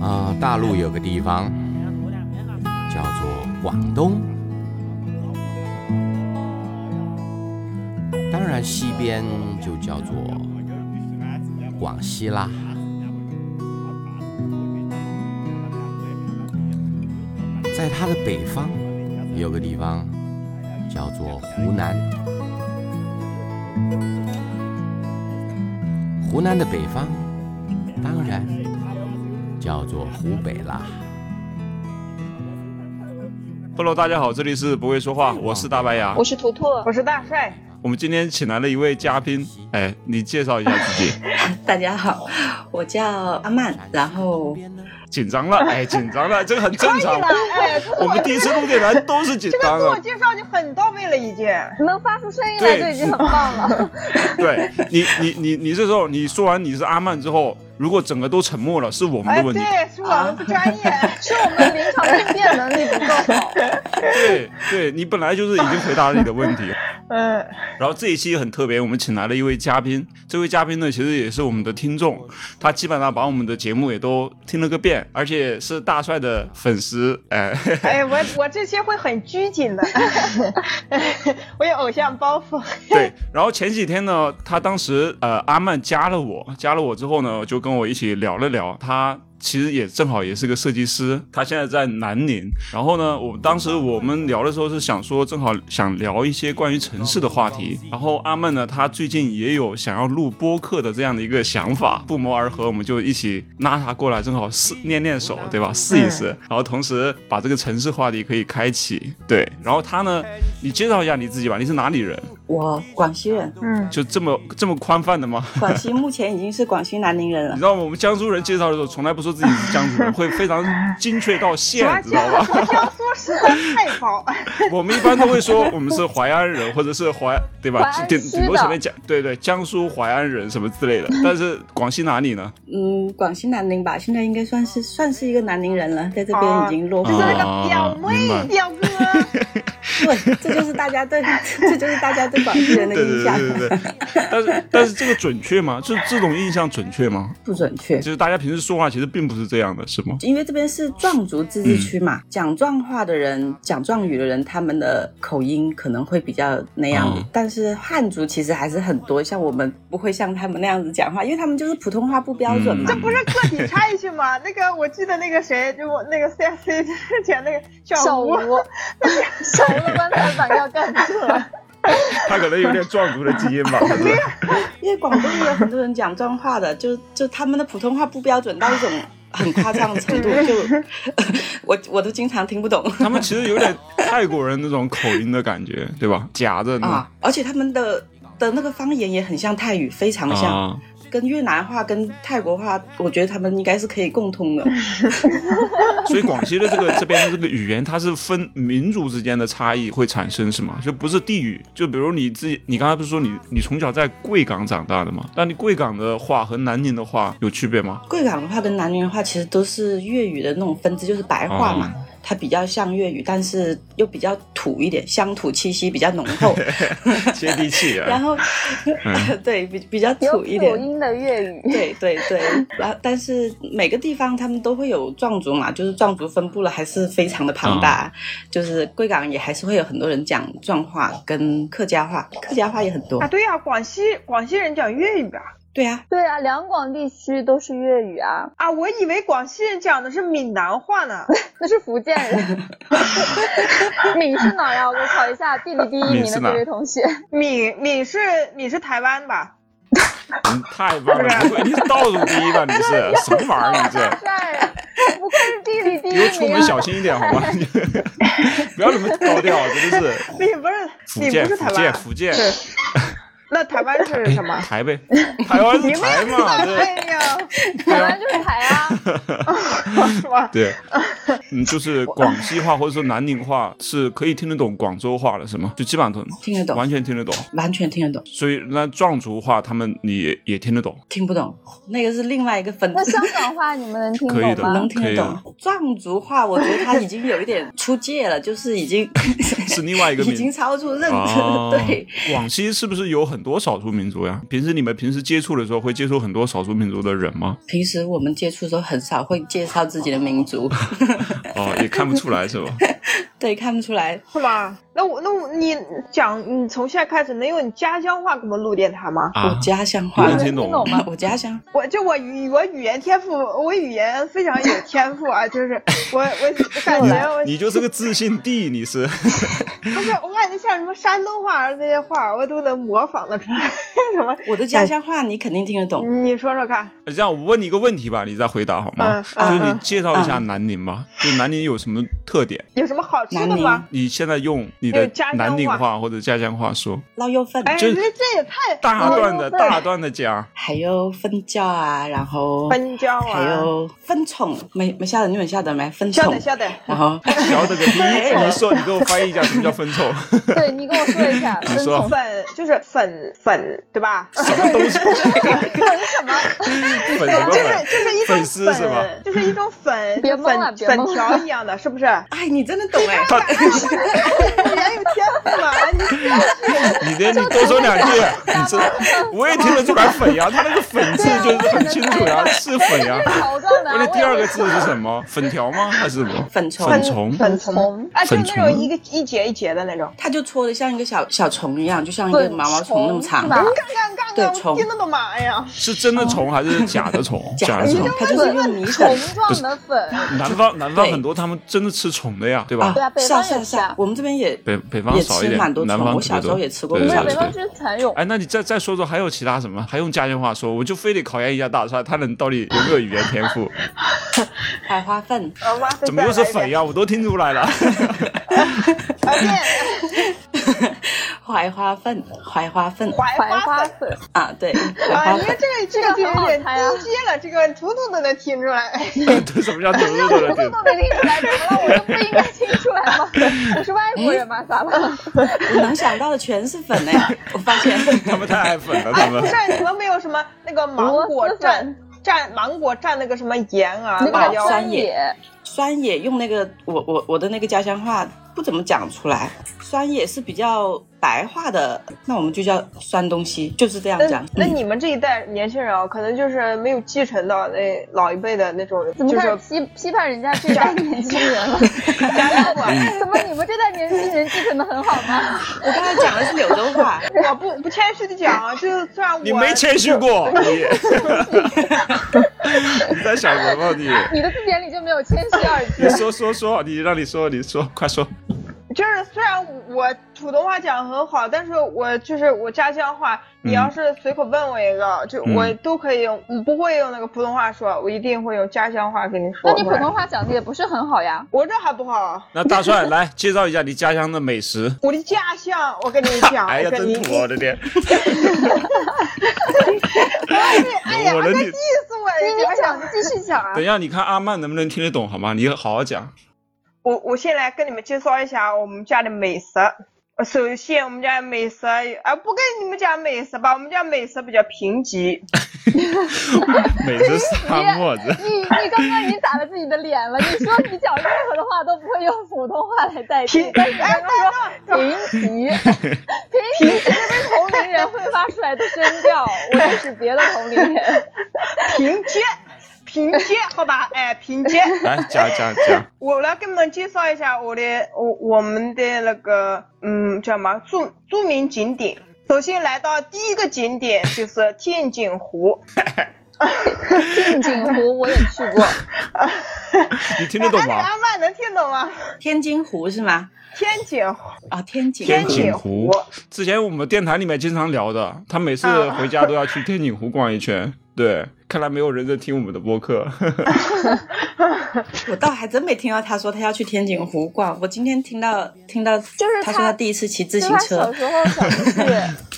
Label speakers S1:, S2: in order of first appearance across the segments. S1: 啊大陆有个地方叫做广东，当然西边就叫做广西啦。在它的北方有个地方叫做湖南，湖南的北方当然叫做湖北啦。
S2: Hello，大家好，这里是不会说话，哎我是大白牙
S3: 我。是图图，
S4: 我是大帅，
S2: 我们今天请来了一位嘉宾，哎，你介绍一下自 己。
S5: 大家好，我叫阿曼，然后
S2: 紧张了，哎，紧张了，这个很正常。
S4: 哎，
S2: 我们第一次录电台都是紧
S4: 这个
S2: 张
S4: 自我
S2: 的。
S4: 介绍就很到位了，已经。
S3: 能发出声音来就已经很 棒了。
S2: 对你，你，你，你这时候你说完你是阿曼之后，如果整个都沉默了，是我们
S4: 哎，
S2: 的问题。啊
S4: 对，是我们不专业。
S3: 是我们临场应变能力不 够好。
S2: 对，对你本来就是已经回答了你的问 题。
S4: 嗯，
S2: 然后这一期很特别，我们请来了一位嘉宾，这位嘉宾呢其实也是我们的听众，他基本上把我们的节目也都听了个遍，而且是大帅的粉丝，哎，
S4: 哎，我我这些会很拘谨的， 我有偶像包袱。
S2: 对。然后前几天呢，他当时呃阿曼加了我，加了我之后呢，就跟我一起聊了聊他。其实也正好也是个设计师，他现在在南宁。然后呢，我当时我们聊的时候是想说，正好想聊一些关于城市的话题。然后阿曼呢，他最近也有想要录播客的这样的一个想法，不谋而合，我们就一起拉他过来，正好试练练手，对吧？试一试，然后同时把这个城市话题可以开启。对，然后他呢，你介绍一下你自己吧，你是哪里人？
S5: 我广西人，
S4: 嗯，
S2: 就这么这么宽泛的吗？
S5: 广西目前已经是广西南宁人
S2: 你
S5: 了
S2: 知。道吗？我们江苏人介绍的时候，从来不说自己是江 苏人，会非常精确到
S4: 主
S2: 线
S4: 要，
S2: 知道吧？啊
S4: 是江苏实在太薄。
S2: 我们一般都会说我们是淮安人，或者是淮，对吧
S3: 淮？安
S2: 顶
S3: 区
S2: 顶多
S3: 的
S2: 前面讲，对对，江苏淮安人什么之 类的。但是广西哪里呢？
S5: 嗯，广西南宁吧，现在应该算是算是一个南宁人了，在这边
S4: 啊
S5: 已经落户
S4: 就是
S2: 哦
S5: 了。
S4: 那个表
S2: 明白
S4: 妹、表哥，
S5: 对，这就是大家对， 这就是大家对广西人 的
S2: 对对
S5: 印象。
S2: 对对 对。但是但是这个准确吗？就是这种印象准确吗？
S5: 不准确
S2: 就，是大家平时说话其实并不是这样的，是吗？
S5: 因为这边是壮族自治区
S2: 嗯
S5: 嘛，讲壮话的人、讲壮语的人，他们的口音可能会比较那样。
S2: 嗯
S5: 但是汉族其实还是很多，像我们不会像他们那样子讲话，因为他们就是普通话不标准嘛。
S2: 嗯
S4: 不是个体差异性吗？那个我记得那个谁，就我那个 CSC 之前那个
S3: 小
S4: 小
S3: 吴
S4: 吴，，
S3: 小吴的棺材板要盖不住了。
S2: 他可能有点壮族的基因 吧。是不是
S5: 因为广东也有很多人讲壮话的，就就他们的普通话不标准到一种很夸张的程度，就 我我都经常听不懂。
S2: 他们其实有点泰国人那种口音的感觉，对吧？夹着呢。
S5: 啊，而且他们的的那个方言也很像泰语，非常像，
S2: 啊
S5: 跟越南话、跟泰国话，我觉得他们应该是可以共通的。
S2: 所以广西的这个这边的这个语言，它是分民族之间的差异会产生是吗？就不是地域，就比如你自己，你刚才不是说你你从小在贵港长大的吗？那你贵港的话和南宁的话有区别吗？
S5: 贵港的话跟南宁的话其实都是粤语的那种分支，就是白话嘛。它比较像粤语，但是又比较土一点，乡土气息比较浓厚。
S2: 接地气啊！
S5: 然后， 对比比较
S3: 有
S5: 土一点
S3: 口，音的粤语，
S5: 对对对，然后但是每个地方他们都会有壮族嘛，就是壮族分布了还是非常的庞大，
S2: 嗯
S5: 就是贵港也还是会有很多人讲壮话跟客家话，客家话也很多。
S4: 啊，对呀、广西广西人讲粤语啊。
S5: 对啊，
S3: 对啊，两广地区都是粤语啊，
S4: 啊，我以为广西人讲的是闽南话呢。
S3: 那是福建 人。闽是哪儿呀？我考一下地理第一名
S2: 闽是
S3: 的
S2: 哪儿
S3: 这位同学。
S4: 闽闽是闽是台湾吧？
S2: 嗯太棒了，不愧你是倒数第一吧？你是 什么玩意儿？你
S3: 大
S2: 这
S3: 帅，啊不愧是地理第一
S2: 以后出
S3: 名
S2: 门
S3: 啊！
S2: 小心一点好吗？ 不要那么高调，真的是。
S4: 你不是
S2: 福
S4: 你
S2: 建，
S4: 不是台
S2: 福
S4: 湾
S2: 建，
S4: 啊，
S2: 福建，
S4: 是。那台湾是
S5: 哎
S4: 什么？
S2: 台呗， 台湾是台嘛，
S4: 哎
S2: 对
S4: 呀，
S3: 台湾就是台 啊，
S4: 是吧？
S2: 对，嗯，就是广西话或者说南宁话是可以听得懂广州话的，是吗？就基本上都
S5: 听得懂，
S2: 完全听得懂。
S5: 完全听得懂，
S2: 所以那壮族话他们你也也听得懂，
S5: 听不懂那个是另外一个分
S3: 那
S5: 支
S3: 香。港话你们能听
S2: 可以
S3: 懂
S2: 的
S3: 吗
S5: 能？听得懂壮族话，我觉得他已经有一点出界了，就是已经
S2: 是另外一个
S5: 已
S2: 民
S5: 经超出认知。
S2: 哦
S5: 对，
S2: 广西是不是有很很多少数民族呀。平时你们平时接触的时候，会接触很多少数民族的人吗？
S5: 平时我们接触的时候很少会介绍自己的民族，
S2: 哦，也看不出来是吧？
S5: 对，看不出来。
S4: 是吧？那我那我你讲，你从现在开始能用你家乡话给我们录电台吗？
S5: 我
S2: 啊，
S5: 家乡
S2: 有
S5: 话
S2: 人，
S3: 听
S2: 听
S3: 懂
S2: 懂
S3: 吗
S5: 我家乡
S4: 我就我语我语言天赋，我语言非常有天赋啊！就是 我我感觉我
S2: 你就是个自信帝，你是
S4: 不是我感觉像什么山东话啊这些话，我都能模仿得出来。 什么？
S5: 我的家乡话你肯定听得懂。
S4: 你说说看，
S2: 这样。我问你一个问题吧，你再回答好吗？
S5: 啊
S4: 嗯嗯
S2: 就是你
S4: 嗯
S2: 介绍一下南宁吧，就南宁有什么特点？
S4: 有什么好吃的
S5: 南
S4: 吗
S5: 宁？
S2: 你现在用你的
S4: 有家乡
S2: 南宁
S4: 话
S2: 话或者家乡话说，
S5: 老友粉，
S4: 哎，
S2: 就
S4: 这
S2: 是
S4: 这也太哦
S2: 大段的
S4: 太
S2: 大段的讲。
S5: 还有分教啊，然后
S4: 分教啊
S5: 还有分宠，没没晓得你们晓得没？分
S4: 晓
S5: 宠
S4: 得，晓得，
S5: 然后
S2: 晓得个逼！
S5: 哎
S2: 你说你给我翻译一下什么叫分臭？
S3: 对你跟我说一下，
S2: 你
S3: 分
S2: 说
S3: 从
S4: 粉就是粉粉对吧？
S2: 什么东西？ 粉什么粉？
S4: 就是就是一种
S2: 粉丝是吧
S4: 粉就是一种粉，
S3: 别
S4: 就
S3: 蒙了
S4: 粉
S3: 别
S4: 粉
S3: 蒙了
S4: 条一样的，是不是？
S5: 哎，你真的懂 哎，
S2: 他，
S4: 语言有天赋嘛？你
S2: 你连你多说两句，啊你这我也听得出来粉呀，他那个粉字就是很清楚呀，是粉呀。
S3: 考证 的啊，
S2: 那
S3: 我
S2: 第二
S3: 也
S2: 个
S3: 会
S2: 字是什么？粉条吗？还是什么？
S5: 粉虫
S2: 粉虫。
S4: 粉
S3: 虫
S4: 啊，就
S2: 嗯粉
S4: 那种
S2: 虫
S4: 一个一节一节的那种。
S5: 它就搓的像一个小小虫一样，就像一个
S3: 粉
S5: 毛毛虫那么
S3: 虫
S5: 长
S3: 是。吧
S4: 干干干
S5: 对
S4: 干，我
S5: 虫
S4: 听得懂嘛哎呀？
S2: 是真的虫还是假的
S4: 哦
S2: 虫？
S5: 假
S2: 的
S5: 的
S2: 虫。
S5: 它就是用米粉
S3: 虫状的粉，
S2: 南方南方
S5: 对
S2: 很多他们真的吃虫的呀，对
S4: 哦
S2: 吧
S5: 啊
S3: 对？啊，北
S5: 是啊
S3: 方
S5: 是啊
S3: 也
S5: 是
S3: 是
S5: 啊
S3: 啊，，
S5: 我们这边也
S2: 北北方
S5: 也
S2: 少一
S5: 吃蛮多
S2: 点，南
S5: 虫
S2: 方
S5: 我
S2: 特
S5: 小
S2: 别
S5: 时候
S2: 多
S5: 也吃过
S2: 对
S5: 不
S3: 没
S5: 少
S3: 有北
S5: 对对
S3: 方
S2: 对。
S3: 之蚕蛹，
S2: 哎，那你再再说说，还有其他什么？还用家乡话说，我就非得考验一下大帅，他能到底有没有语言天赋？
S5: 百花粉，
S4: 呃哇塞
S2: 怎么又是粉呀？我都听出来了。
S4: 再来一遍啊
S5: 槐花粉，槐花粉
S4: 对，槐
S3: 槐
S4: 花
S3: 花
S4: 粉。
S3: 粉，
S5: 啊，对，槐
S4: 啊，
S5: 花
S4: 你看
S5: 粉。
S4: 这个这个就
S3: 这个
S4: 有
S3: 很好
S4: 点
S3: 猜啊
S4: 低阶了，这个图图都能听出来。
S2: 对，什么叫怎么又
S3: 我
S2: 听
S3: 都没听出来，怎么了？我都不应该听出来吗？我是外国人吗？咋了？
S5: 我能想到的全是粉哎，我发现
S2: 他们太爱粉了，他
S4: 哎，不
S2: 们
S4: 是。，你们没有什么那个芒果
S3: 螺蛳
S4: 蘸
S3: 粉
S4: 蘸芒果蘸那个什么盐啊、
S3: 那
S4: 辣
S3: 个
S4: 椒
S3: 叫
S2: 哦
S4: 啊？
S3: 酸野，
S5: 酸野用那个我我我的那个家乡话不怎么讲出来，酸野是比较白话的，那我们就叫酸东西，就是这样
S4: 那
S5: 讲。
S4: 那
S5: 嗯
S4: 你们这一代年轻人啊，可能就是没有继承到那老一辈的那种，
S3: 怎么
S4: 就
S3: 开始
S4: 是
S3: 批批判人家这代年轻人了？
S4: 家乡话。
S5: 嗯
S3: 怎么你们这代年轻人继承的很好吗？
S5: 我刚才讲的是柳州 话，
S4: 我不不谦虚的讲啊，就是虽然我
S2: 你没谦虚过，你 你在想什么？你
S3: 你的字典里就没有谦虚二字
S2: 你。说说说，你让你说，你说，快说。
S4: 就是虽然我普通话讲得很好，但是我就是我家乡话，
S2: 嗯
S4: 你要是随口问我一个，就
S2: 嗯
S4: 我都可以用，我不会用那个普通话说，我一定会用家乡话跟你
S3: 那
S4: 说出来。
S3: 你普通话讲的也不是很好呀。
S4: 我这还不好，
S2: 那大帅来介绍一下你家乡的美食。
S4: 我的家乡，我跟你 讲，
S2: 哎呀，
S4: 我跟
S2: 真
S4: 你
S2: 土啊！我的 天，
S4: 哎呀，
S2: 我的
S4: 这
S2: 天
S4: 气死我了！
S3: 你
S4: 哎呀
S3: 讲，继续讲啊
S2: 等一。下，你看阿曼能不能听得懂，好吗？你好好讲。
S4: 我我先来跟你们介绍一下我们家的美食。呃首先，我们家的美食啊，不跟你们讲美食吧，我们家美食比较贫瘠。
S2: 美食沙漠 子。
S3: 你你刚刚已经打了自己的脸了，你说你讲任何的话都不会用普通话来代替
S4: 贫，
S3: 但是你
S4: 哎
S3: 刚刚说 贫瘠，贫瘠是同龄人 会发出来的声调，我是指别的同龄人。
S4: 贫瘠， 贫瘠，好吧，哎，贫瘠。
S2: 来讲讲讲，
S4: 我来给你们介绍一下我的我我们的那个嗯叫什么著著名景点。首先来到第一个景点就是天井湖，
S3: 定景湖我也去 过，
S2: 你 听得懂
S4: 哎
S2: 吗？
S4: 阿曼能听懂吗？
S5: 天津湖是吗？
S4: 天井湖，
S5: 啊，天津
S2: 天
S5: 湖
S2: 津
S4: 井
S2: 湖
S4: 湖，
S2: 之前我们电台里面经常聊的，他每次
S4: 啊
S2: 回家都要去天井湖逛一圈。对，看来没有认真听我们的播客。
S5: 我倒还真没听到他说他要去天津湖逛。我今天听到听到，
S3: 就是他
S5: 他说他第一次骑自
S3: 就
S5: 行
S3: 他小
S5: 车，
S3: 时候想去，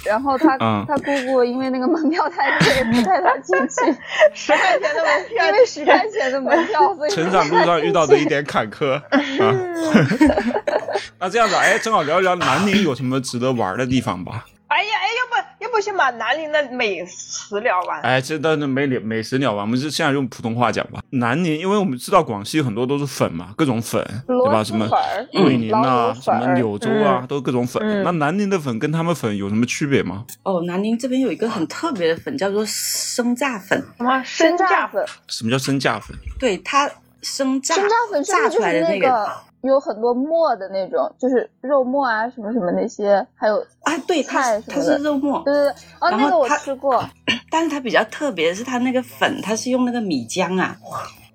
S3: 然后他
S2: 嗯
S3: 他姑姑因为那个门票太贵，不带他进 去，
S4: 十块钱的门票，
S3: 因为十块钱的门票，所以
S2: 成长路上遇到的一点坎坷啊。 那这样子，哎，正好聊一聊南宁有什么值得玩的地方吧。
S4: 哎呀，哎，要不要不先把南宁的美食食聊完。
S2: 哎，这当然没聊美食聊完，我们是现在用普通话讲吧。南宁，因为我们知道广西很多都是粉嘛，各种粉，对
S3: 螺
S2: 吧？
S3: 蛳
S2: 什么
S3: 粉儿、嗯
S2: 桂林
S3: 老
S2: 啊，
S3: 母
S2: 什
S3: 粉
S2: 么
S3: 儿，
S2: 柳州啊，都各种粉。
S4: 嗯
S2: 那南宁的粉跟他们粉有什么区别吗？
S5: 哦，南宁这边有一个很特别的粉，叫做生榨粉。
S4: 什么
S3: 生
S4: 嗯生
S3: 榨
S4: 榨
S3: 粉，
S2: 什么叫生榨粉？
S5: 对，它生榨
S3: 生榨粉是不
S5: 榨
S3: 是
S5: 出
S3: 就
S5: 来
S3: 是
S5: 的
S3: 那
S5: 那个
S3: 个有很多沫的那种，就是肉末啊什么什么那些，还有
S5: 啊，对，它
S3: 菜
S5: 是
S3: 什
S5: 它
S3: 么
S5: 是
S3: 的。
S5: 肉末，
S3: 对对对，哦，
S5: 然后
S3: 那个我
S5: 它
S3: 吃过，
S5: 但是它比较特别的是，它那个粉它是用那个米浆啊，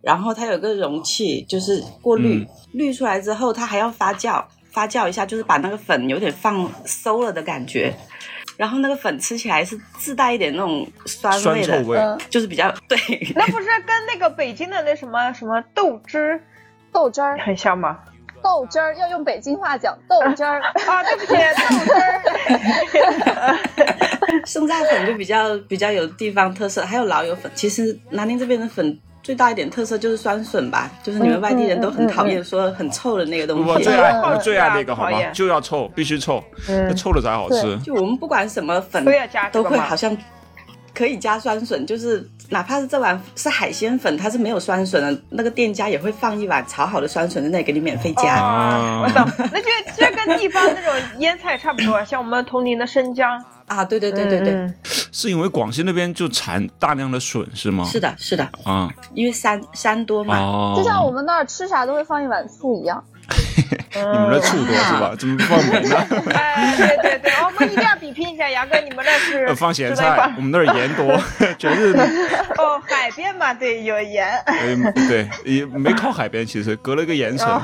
S5: 然后它有个容器就是过滤，
S2: 嗯
S5: 滤出来之后它还要发酵，发酵一下就是把那个粉有点放馊了的感觉，然后那个粉吃起来是自带一点那种酸
S2: 酸
S5: 味
S2: 臭
S5: 的，
S2: 味。
S3: 嗯，
S5: 就是比较对。
S4: 那不是跟那个北京的那什么什么豆汁
S3: 豆汁 儿，
S4: 很像吗？
S3: 豆汁儿要用北京话讲，豆汁 儿，
S4: 啊，对不起，豆汁儿。
S5: 生榨粉就比较比较有地方特色，还有老友粉。其实南宁这边的粉最大一点特色就是酸笋吧，就是你们外地人都很
S2: 嗯
S5: 讨厌说很臭的那个东
S2: 我
S5: 西
S2: 最。爱
S3: 嗯
S2: 我最爱那个好
S4: 讨
S2: 吗？
S4: 厌
S2: 就要臭，必须臭，那臭了才好吃。
S5: 就我们不管什么粉
S4: 都嗯要加这
S5: 都
S4: 个
S5: 会
S4: 吗
S5: 好像可以加酸笋，就是哪怕是这碗是海鲜粉，它是没有酸笋的，那个店家也会放一碗炒好的酸笋在那里给你免费加。
S4: 啊，我懂，那就这跟地方那种腌菜差不多，像我们同宁的生姜。
S5: 啊，对对对对对，
S4: 嗯，
S2: 是因为广西那边就产大量的笋是吗？
S5: 是的，是的，
S2: 啊
S5: 因为山山多嘛。
S2: 哦，
S3: 就像我们那儿吃啥都会放一碗醋一样。
S2: 你们的醋多是
S3: 嗯
S2: 吧？怎么不放米呢？
S4: 嗯哎，对对对，我们一定要比拼一下，杨哥，你们那是
S2: 呃放咸
S4: 是在
S2: 菜，我们那儿盐多， 全是
S4: 哦，海边嘛，对，有盐。
S2: 呃对，也没靠海边，其实隔了一个盐城。
S4: 哦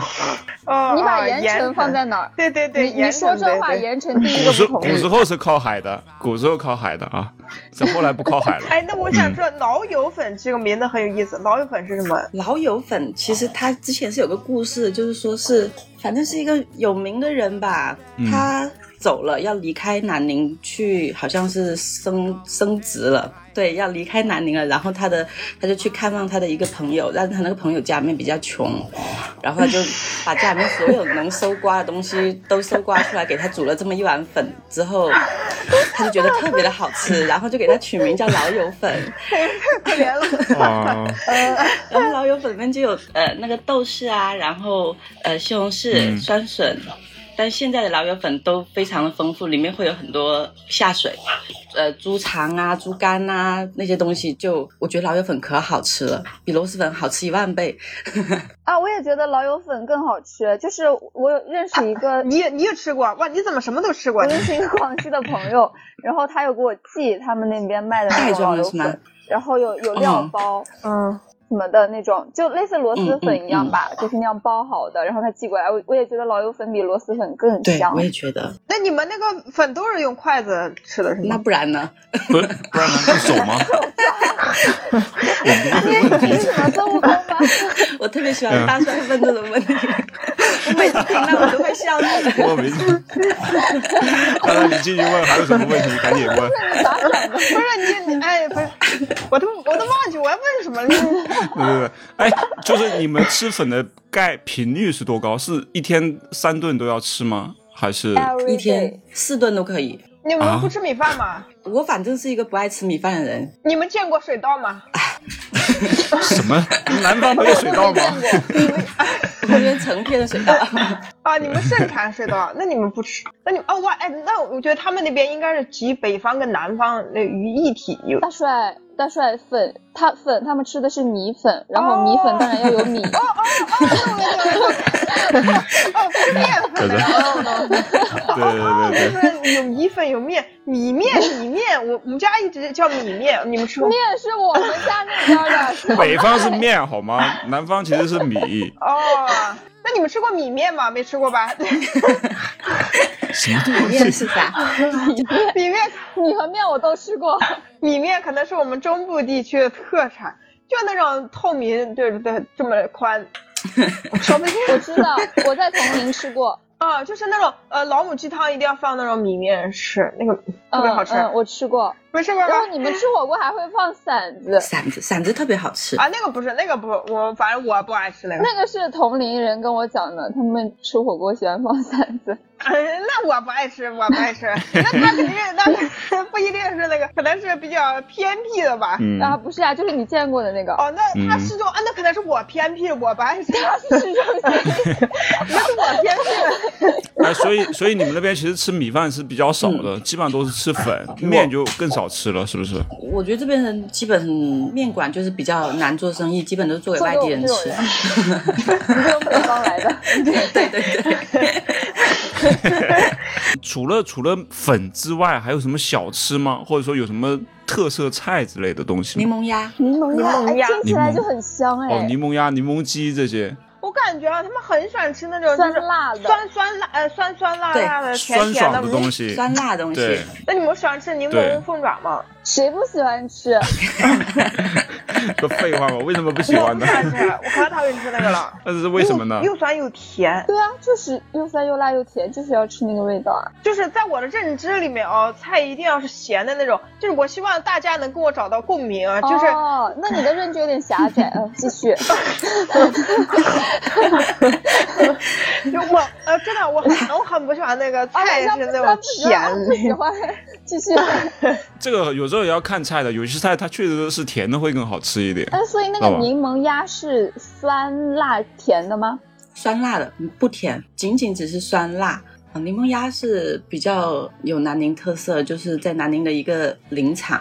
S4: 哦，
S3: 你把
S4: 哦
S3: 盐城放在。 哪儿？
S4: 对对对，
S3: 你你
S4: 盐
S3: 说
S4: 城
S3: 这话，
S4: 对对
S3: 盐城第一
S2: 古
S3: 个
S2: 时
S3: 不同
S2: 古时
S3: 意。
S2: 候是靠海的，古时候靠海的啊，这后来不靠海了。
S4: 哎，那我想知道老友粉这个名字很有意思，老友粉是什么？
S5: 老友粉其实他之前是有个故事，就是说是反正是一个有名的人吧，
S2: 嗯
S5: 他走了，要离开南宁去，好像是升升职了，对，要离开南宁了。然后他的他就去看望他的一个朋友，但是他那个朋友家里面比较穷，然后他就把家里面所有能搜刮的东西都搜刮出来，给他煮了这么一碗粉之后，他就觉得特别的好吃，然后就给他取名叫老友粉。
S4: 可怜了，
S2: 啊，
S5: 然后老友粉里面就有呃那个豆豉啊，然后呃西红柿、
S2: 嗯
S5: 酸笋，但现在的老友粉都非常的丰富，里面会有很多下水，呃猪肠啊、猪肝啊那些东西就，我觉得老友粉可好吃了，比螺蛳粉好吃一万倍。
S3: 啊，我也觉得老友粉更好吃。就是我有认识一 个
S4: 你也你也吃过哇？你怎么什么都吃过
S3: 我？认识一个广西的朋友，然后他有给我寄他们那边卖的那
S5: 袋
S3: 种老
S5: 装的
S3: 友
S5: 是吗
S3: 粉，然后有有料
S5: 嗯
S3: 包
S4: 嗯，
S3: 什么的那种，就类似螺蛳粉一样
S5: 嗯嗯嗯
S3: 吧，就是那样包好的，然后他寄过来，我我也觉得老友粉比螺蛳粉更
S5: 对，
S3: 香
S5: 我。也觉得。
S4: 那你们那个粉都是用筷子吃的是
S5: 那
S4: 吗？
S5: 不然呢？
S2: 不不然能用手吗？我们
S3: 你是什么孙悟空吗？
S5: 我特别喜欢大帅问这种问题，我每次听到我都会笑死。
S2: 我没。 那那你继续问，还有什么问题赶紧问。
S4: 不是你你哎，不是，我都我都忘记我要问什么了。
S2: 对对对，哎，就是你们吃粉的概频率是多高？是一天三顿都要吃吗？还是
S3: Every day
S5: 一天四顿都可以。
S4: 你们不吃米饭吗？
S5: 我反正是一个不爱吃米饭的人，
S4: 你们见过水稻吗？
S2: 什 么？南方没有水稻吗？
S5: 旁边成片的水呃稻。
S4: 啊，你们盛产水稻，那你们不吃？那你们哦哇哎，那我觉得他们那边应该是集北方跟南方那于一体。有
S3: 大帅大帅粉，他粉他们吃的是米粉，然后米粉当然要有米。
S4: 哦，面
S2: 对对
S4: 粉
S2: 对对对，
S4: 就是有米粉有面，米面米面，我我们家一直叫米面，你们吃过吗？
S3: 面是我们家那边的，是
S2: 北方是面好吗？南方其实是米。
S4: 哦，那你们吃过米面吗？没吃过吧？
S2: 什么
S5: 里面是啥？
S4: 米面
S3: 米和面我都吃过。
S4: 米面可能是我们中部地区的特产，就那种透明，对对对，这么宽，说不定
S3: 我知道，我在铜陵吃过，
S4: 啊，就是那种呃老母鸡汤一定要放那种米面吃，那个特别好吃。
S3: 嗯嗯，我吃过。
S4: 没吃过
S3: 然后
S4: 吗？
S3: 你们吃火锅还会放馓子，
S5: 馓子馓子特别好吃，
S4: 啊，那个不是，那个不，我反正我不爱吃那个，
S3: 那个是同龄人跟我讲的，他们吃火锅喜欢放馓子。
S4: 哎那我不爱吃，我不 爱吃。那他肯定是，那他 不一定是那个，可能是比较偏僻的吧。
S2: 嗯，
S3: 啊，不是啊，就是你见过的那个，
S4: 哦，那他
S2: 嗯
S4: 失踪啊，那可能是我偏僻，我不爱吃， 那
S3: 是这 种东西
S4: 是我偏僻的。
S2: 哎，所以所以你们那边其实吃米饭是比较少的，基本上都是吃粉，面就更少吃了，是不是？
S5: 我觉得这边人基本面馆就是比较难做生意，基本都是做给外地人
S3: 做
S5: 吃
S3: 给。你这种北方来的，
S5: 对对对，
S2: 除了除了粉之外，还有什么小吃吗？或者说有什么特色菜之类的东西
S5: 柠
S2: 吗？
S5: 檬鸭，
S3: 柠檬
S4: 柠
S3: 鸭
S4: 檬鸭
S3: 哎听起来就很香
S2: 哦，
S3: 哎，
S2: 柠檬鸭、柠檬鸡这些，
S4: 我感觉啊，他们很喜欢吃那种
S3: 酸
S4: 就是
S3: 辣的
S4: 酸酸辣呃酸酸辣
S5: 对
S4: 辣的甜
S2: 酸
S4: 甜
S2: 爽的东
S4: 嗯
S2: 西，
S5: 酸辣的东西。
S2: 对，
S4: 那你们喜欢吃柠
S2: 对
S4: 檬凤爪吗？
S3: 谁不喜欢吃？
S2: 这废话嘛，为什么不喜
S4: 我
S2: 欢
S4: 不
S2: 呢
S4: 喜？欢吃， 我可讨厌吃那个了。
S2: 那这是为什么呢？
S4: 又酸又甜，
S3: 对啊，就是又酸又辣又甜，就是要吃那个味道啊。
S4: 就是在我的认知里面哦，菜一定要是咸的那种。就是我希望大家能跟我找到共鸣，啊，就是、
S3: 哦，那你的认知有点狭窄啊。继续，
S4: 就我呃，真的我很我很不喜欢那个
S3: 啊
S4: 菜是那种甜
S3: 那不喜
S4: 的。
S3: 欢，继续。
S2: 这个有时候也要看菜的，有些菜它确实是甜的会更好吃一点。
S3: 哎，所以那
S2: 好吧
S3: 个柠檬鸭是酸辣甜的吗？
S5: 酸辣的，不甜，仅仅只是酸辣。啊，柠檬鸭是比较有南宁特色，就是在南宁的一个林场，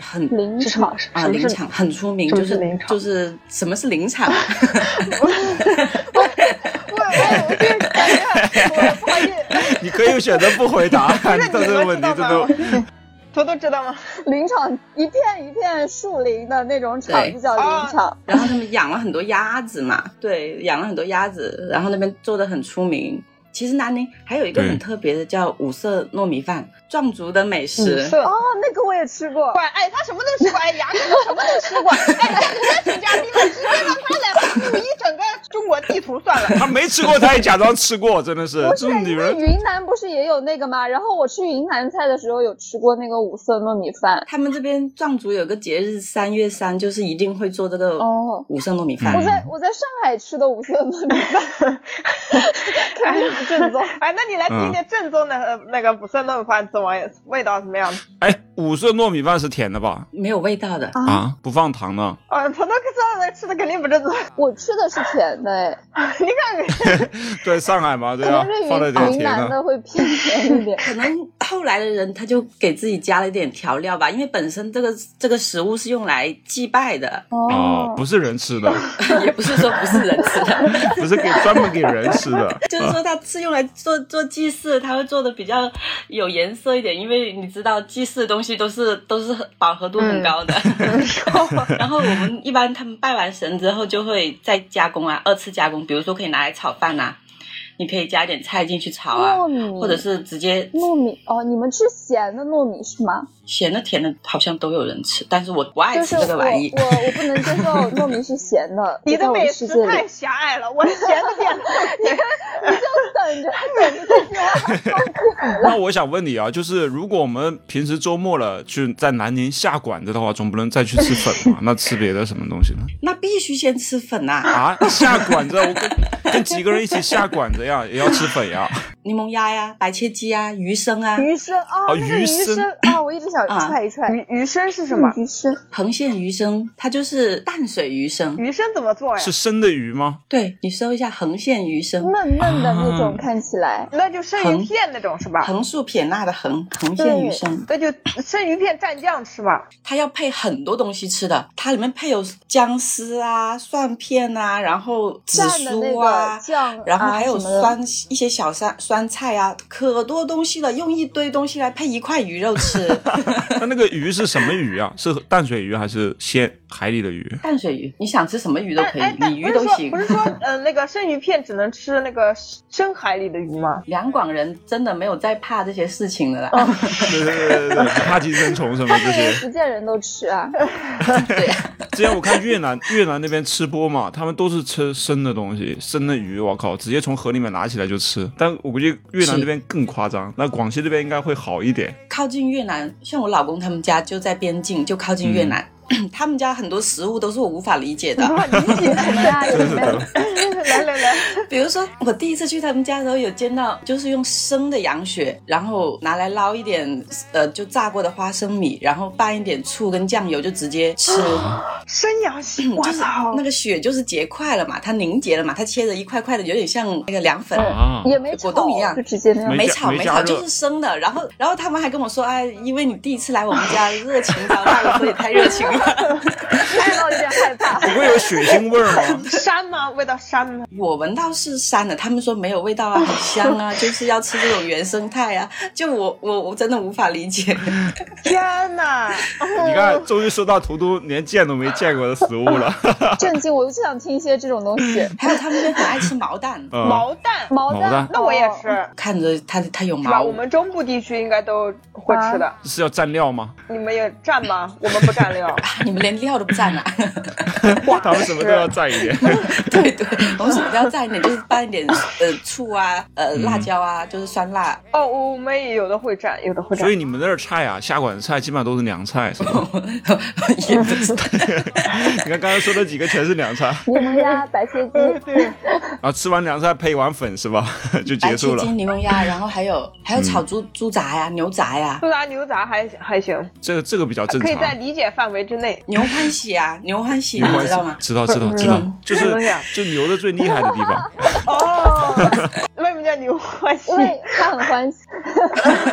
S5: 很
S3: 林场
S5: 啊林场很出名，
S4: 什么
S5: 就是
S4: 林场
S5: 就是什么是林场？
S4: 我我我就是感觉我不好意思，
S2: 你可以选择不回答，
S4: 是
S2: 但这个问题
S4: 你们
S2: 这
S4: 知道
S2: 都
S4: 吗图图知道吗？
S3: 林场一片一片树林的那种场
S5: 对
S3: 就叫林场。
S5: 然后他们养了很多鸭子嘛，对，养了很多鸭子，然后那边做的很出名。其实南宁还有一个
S2: 对
S5: 很特别的叫五色糯米饭，壮族的美食。
S4: 色
S3: 哦，那个我也吃过。
S4: 怪，哎，他什么都吃过，哎，牙哥他什么都吃过，哎，你们请嘉宾了，只为了他来复一整个中国地图算了。
S2: 他没吃过，他也假装吃过，真的是，嗯
S3: 不
S2: 这
S3: 是
S2: 种女
S3: 因为
S2: 人
S3: 云南不是也有那个吗？然后我吃云南菜的时候有吃过那个五色糯米饭。
S5: 他们这边壮族有个节日三月三，就是一定会做这个
S3: 哦
S5: 五色糯米饭。
S3: 我
S2: 嗯
S3: 在我在上海吃的五色糯 米饭， 肯定不正宗。
S4: 哎，那你来听听正宗的、
S5: 嗯
S4: 呃那个不是那么饭怎么味道怎么样？
S2: 哎，五色糯米饭是甜的吧？
S5: 没有味道的。
S3: 啊
S2: 啊，不放糖 呢？
S4: 啊，土豆知道的吃的肯定不 正宗，
S3: 我吃的是甜的，哎，
S4: 你看看，
S2: 对，上海嘛，对
S3: 可
S2: 啊
S3: 能哦是，
S2: 放了点
S3: 云云
S2: 甜
S3: 南
S2: 的。
S3: 的会偏甜一点。
S5: 可能后来的人他就给自己加了一点调料吧，因为本身这个这个食物是用来祭拜的，
S2: 哦，不是人吃 的，
S5: 也不是说不是人吃的，
S2: 不是给专门给人吃的。
S5: 就是说它是用来做做祭祀，它会做的比较有颜色一点，因为你知道祭祀的东西都是都是饱和度很高的。 然后我们一般他们拜完神之后就会再加工啊，二次加工，比如说可以拿来炒饭啊，你可以加一点菜进去炒啊
S3: 糯，米
S5: 或者是直接
S3: 糯米哦，你们吃咸的糯米是吗？
S5: 咸的甜的好像都有人吃，但是我不爱
S3: 就是
S5: 吃这
S3: 我
S5: 个玩意。
S3: 我我不能接受糯米是咸的，
S4: 你的
S3: 在我
S4: 美
S3: 世
S4: 食
S3: 界里
S4: 太狭隘了，我咸 的点
S3: 你就等着等着这句话放过了。
S2: 那我想问你啊，就是如果我们平时周末了去在南宁下馆子的话，总不能再去吃 粉吧？那吃别的什么东西呢？
S5: 那必须先吃粉呐、
S2: 啊，下馆子， 我跟跟几个人一起下馆子呀，也要吃粉呀。
S5: 柠檬鸭呀、白切鸡呀、鱼生啊、
S3: 鱼生啊，
S2: 哦
S3: 那 个
S2: 鱼
S3: 鱼
S2: 生
S3: 生啊，我一直想
S5: 啊
S3: 踹一踹。
S4: 鱼鱼生是什么？
S5: 嗯
S3: 鱼生
S5: 螃蟹鱼生，它就是淡水鱼生。
S4: 鱼生怎么做呀
S2: 是？生的鱼吗？
S5: 对你搜一下横线鱼生，
S3: 嫩嫩的那种
S2: 啊，
S3: 看起来。
S4: 那就生鱼片那种是吧？
S5: 横竖撇捺的横，横线鱼生，
S4: 那就生鱼片蘸酱吃吧。
S5: 它要配很多东西吃的，它里面配有姜丝啊、蒜片啊，然后紫
S3: 蘸的那
S5: 苏啊
S3: 个。酱啊，
S5: 然后还有
S3: 什么的
S5: 酸一些小酸酸菜啊，可多东西了，用一堆东西来配一块鱼肉吃，
S2: 那那个鱼是什么鱼啊？是淡水鱼还是鲜海里的鱼？
S5: 淡水鱼，你想吃什么鱼都可以
S4: 哎，但
S5: 鲤鱼都行
S4: 不。是说，不是说，呃，那个生鱼片只能吃那个深海里的鱼吗？
S5: 两广人真的没有在怕这些事情的啦。
S2: 对对对对对，不怕寄生虫什么这些。
S3: 福建人都吃 啊，
S2: 之前我看越南越南那边吃播嘛，他们都是吃生的东西，生的鱼，我靠，直接从河里面拿起来就吃。但我估计越南
S5: 是
S2: 这边更夸张，那广西这边应该会好一点。
S5: 靠近越南，像我老公他们家就在边境，就靠近越南。 他们家很多食物都是我无法理 解的，
S3: 理解什么啊呀？有什么 呀？
S4: 来来 来，
S5: 比如说我第一次去他们家的时候，有见到就是用生的羊血，然后拿来捞一点呃就炸过的花生米，然后拌一点醋跟酱油就直接吃。
S4: 生阳血，我
S5: 就是
S4: 操
S5: 那！个血就是结块了嘛，它凝结了嘛，它切的一块块的，有点像那个凉粉。
S4: 嗯
S3: 嗯
S2: 啊，
S3: 也没
S5: 果冻一样
S3: 炒就直接那样
S2: 没。
S5: 没
S2: 加
S5: 炒
S2: 没
S5: 没
S2: 加
S5: 炒
S2: 热
S5: 就是生的，然后然后他们还跟我说，哎，因为你第一次来我们家，热情招待了，所以太热情了。
S3: 看到有点害怕。
S2: 不会有血腥味儿吗？
S4: 膻吗？味道膻吗？
S5: 我闻到是膻的，他们说没有味道啊，很香啊，就是要吃这种原生态啊。就我我我真的无法理解。
S4: 天哪！
S2: 你看，终于说到图图连见都没见过的食物了。
S3: 震惊！我就想听一些这种东西。
S4: 嗯
S5: 还有他们就很爱吃 毛蛋，
S2: 嗯
S4: 毛哦蛋，
S3: 毛
S2: 毛蛋
S3: 蛋，哦
S4: 那我也是，
S5: 看着它它有
S4: 是吧？
S5: 毛
S4: 我，们中部地区应该都会吃的。
S2: 是要蘸料吗？
S4: 你们也蘸吗？ 我们不蘸料。
S5: 你们连料都不蘸啊。
S2: 他们什么都要蘸一点。
S5: 对对，我们什么都要蘸一点，就是拌一点呃醋啊，呃辣
S2: 嗯
S5: 椒啊，就是酸辣。
S4: 哦，我们也有的会蘸，有的会
S2: 所
S4: 蘸。
S2: 以你们那儿菜啊，下馆子菜基本上都是凉菜，是吧？
S5: 也不知道
S2: 你看刚才说的几个全是凉菜
S3: 柠檬鸭、白切鸡，
S4: 嗯
S2: 啊，吃完凉菜配碗粉是吧？ 就
S5: 白
S2: 结
S5: 切
S2: 束
S5: 鸡、
S2: 了。嗯
S5: 柠檬鸭，然后还有还有炒猪猪杂呀、牛杂 呀、
S4: 苏打牛杂还还行，
S2: 这个这个比较正
S4: 可
S2: 常
S4: 以。在理解范围之内。
S5: 牛欢喜啊，牛欢喜
S2: 没
S5: 你
S2: 关
S5: 知
S2: 系
S5: 道吗？嗯
S2: 知道知道知道，就是
S4: 什么东西啊
S2: 就牛的最厉害的地方，
S4: 哦， 为什么叫牛欢喜
S3: 因？为他很欢 喜。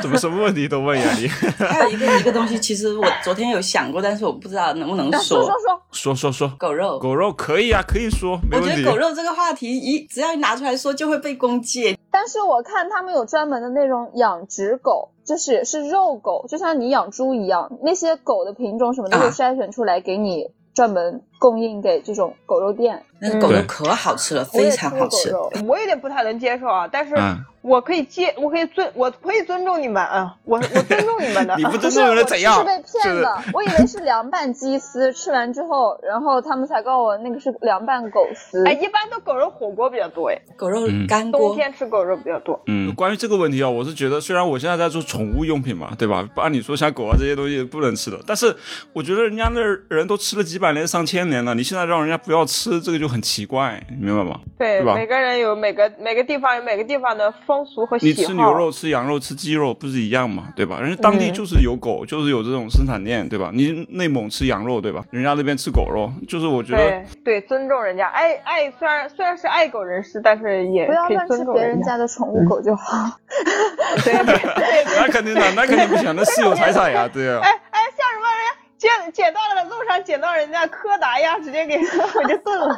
S2: 怎么什么问题都问呀你？
S5: 还有一个一个东西，其实我昨天有想过，但是我不知道能不能
S3: 说说说，
S2: 说说说，
S5: 狗肉。
S2: 狗肉可以啊，可以说，没
S5: 我觉
S2: 问
S5: 得
S2: 题。
S5: 狗肉这个话题，一只要一拿出来说，就会被攻击。
S3: 但是我看他们有专门的那种养殖狗，就是是肉狗，就像你养猪一样，那些狗的品种什么都会
S5: 啊
S3: 筛选出来给你专门供应给这种狗肉店。
S5: 那个狗肉
S2: 对
S5: 可好吃了，
S3: 我也
S5: 非常好吃
S3: 过。狗肉，
S4: 我有点不太能接受啊，但是
S2: 嗯
S4: 我可以接，我可以尊，我可以尊重你们啊，我我尊重你们的
S2: 你。不
S3: 不
S2: 尊
S3: 是
S2: 重
S3: 我
S2: 人怎样？
S3: 是被骗
S2: 就是
S3: 的，我以为是凉拌鸡丝，吃完之后，然后他们才告诉我那个是凉拌狗丝。
S4: 哎，一般都狗肉火锅比较多，哎，
S5: 狗肉
S2: 嗯
S5: 干
S4: 冬
S5: 锅，
S4: 天吃狗肉比较多。
S2: 嗯，关于这个问题啊，我是觉得，虽然我现在在做宠物用品嘛，对吧？按理说像狗啊这些东西不能吃的，但是我觉得人家那儿人都吃了几百年、上千年了，你现在让人家不要吃，这个就很奇怪，你明白吗？
S4: 对，
S2: 是吧
S4: 每个人有每个每个地方有每个地方的风俗和
S2: 你
S4: 喜好。嗯
S2: 吃牛肉、吃羊肉、吃鸡肉不是一样嘛，对吧？人家当地就是有狗，就是有这种生产链，对吧？你内蒙吃羊肉，对吧？人家那边吃狗肉，就是我觉得
S4: 对对，尊重人家，爱爱虽然虽然是爱狗人士，但是也
S3: 不要
S4: 可以
S3: 乱吃
S4: 尊重
S3: 别人
S4: 家。
S3: 家的宠物狗就好。
S4: 对， 对对
S2: 那肯定的，那肯定不行，那是有财产呀，对啊呀、
S4: 哎哎，像什么人家捡捡到了路上捡到人家柯达呀，直接给回 去炖了。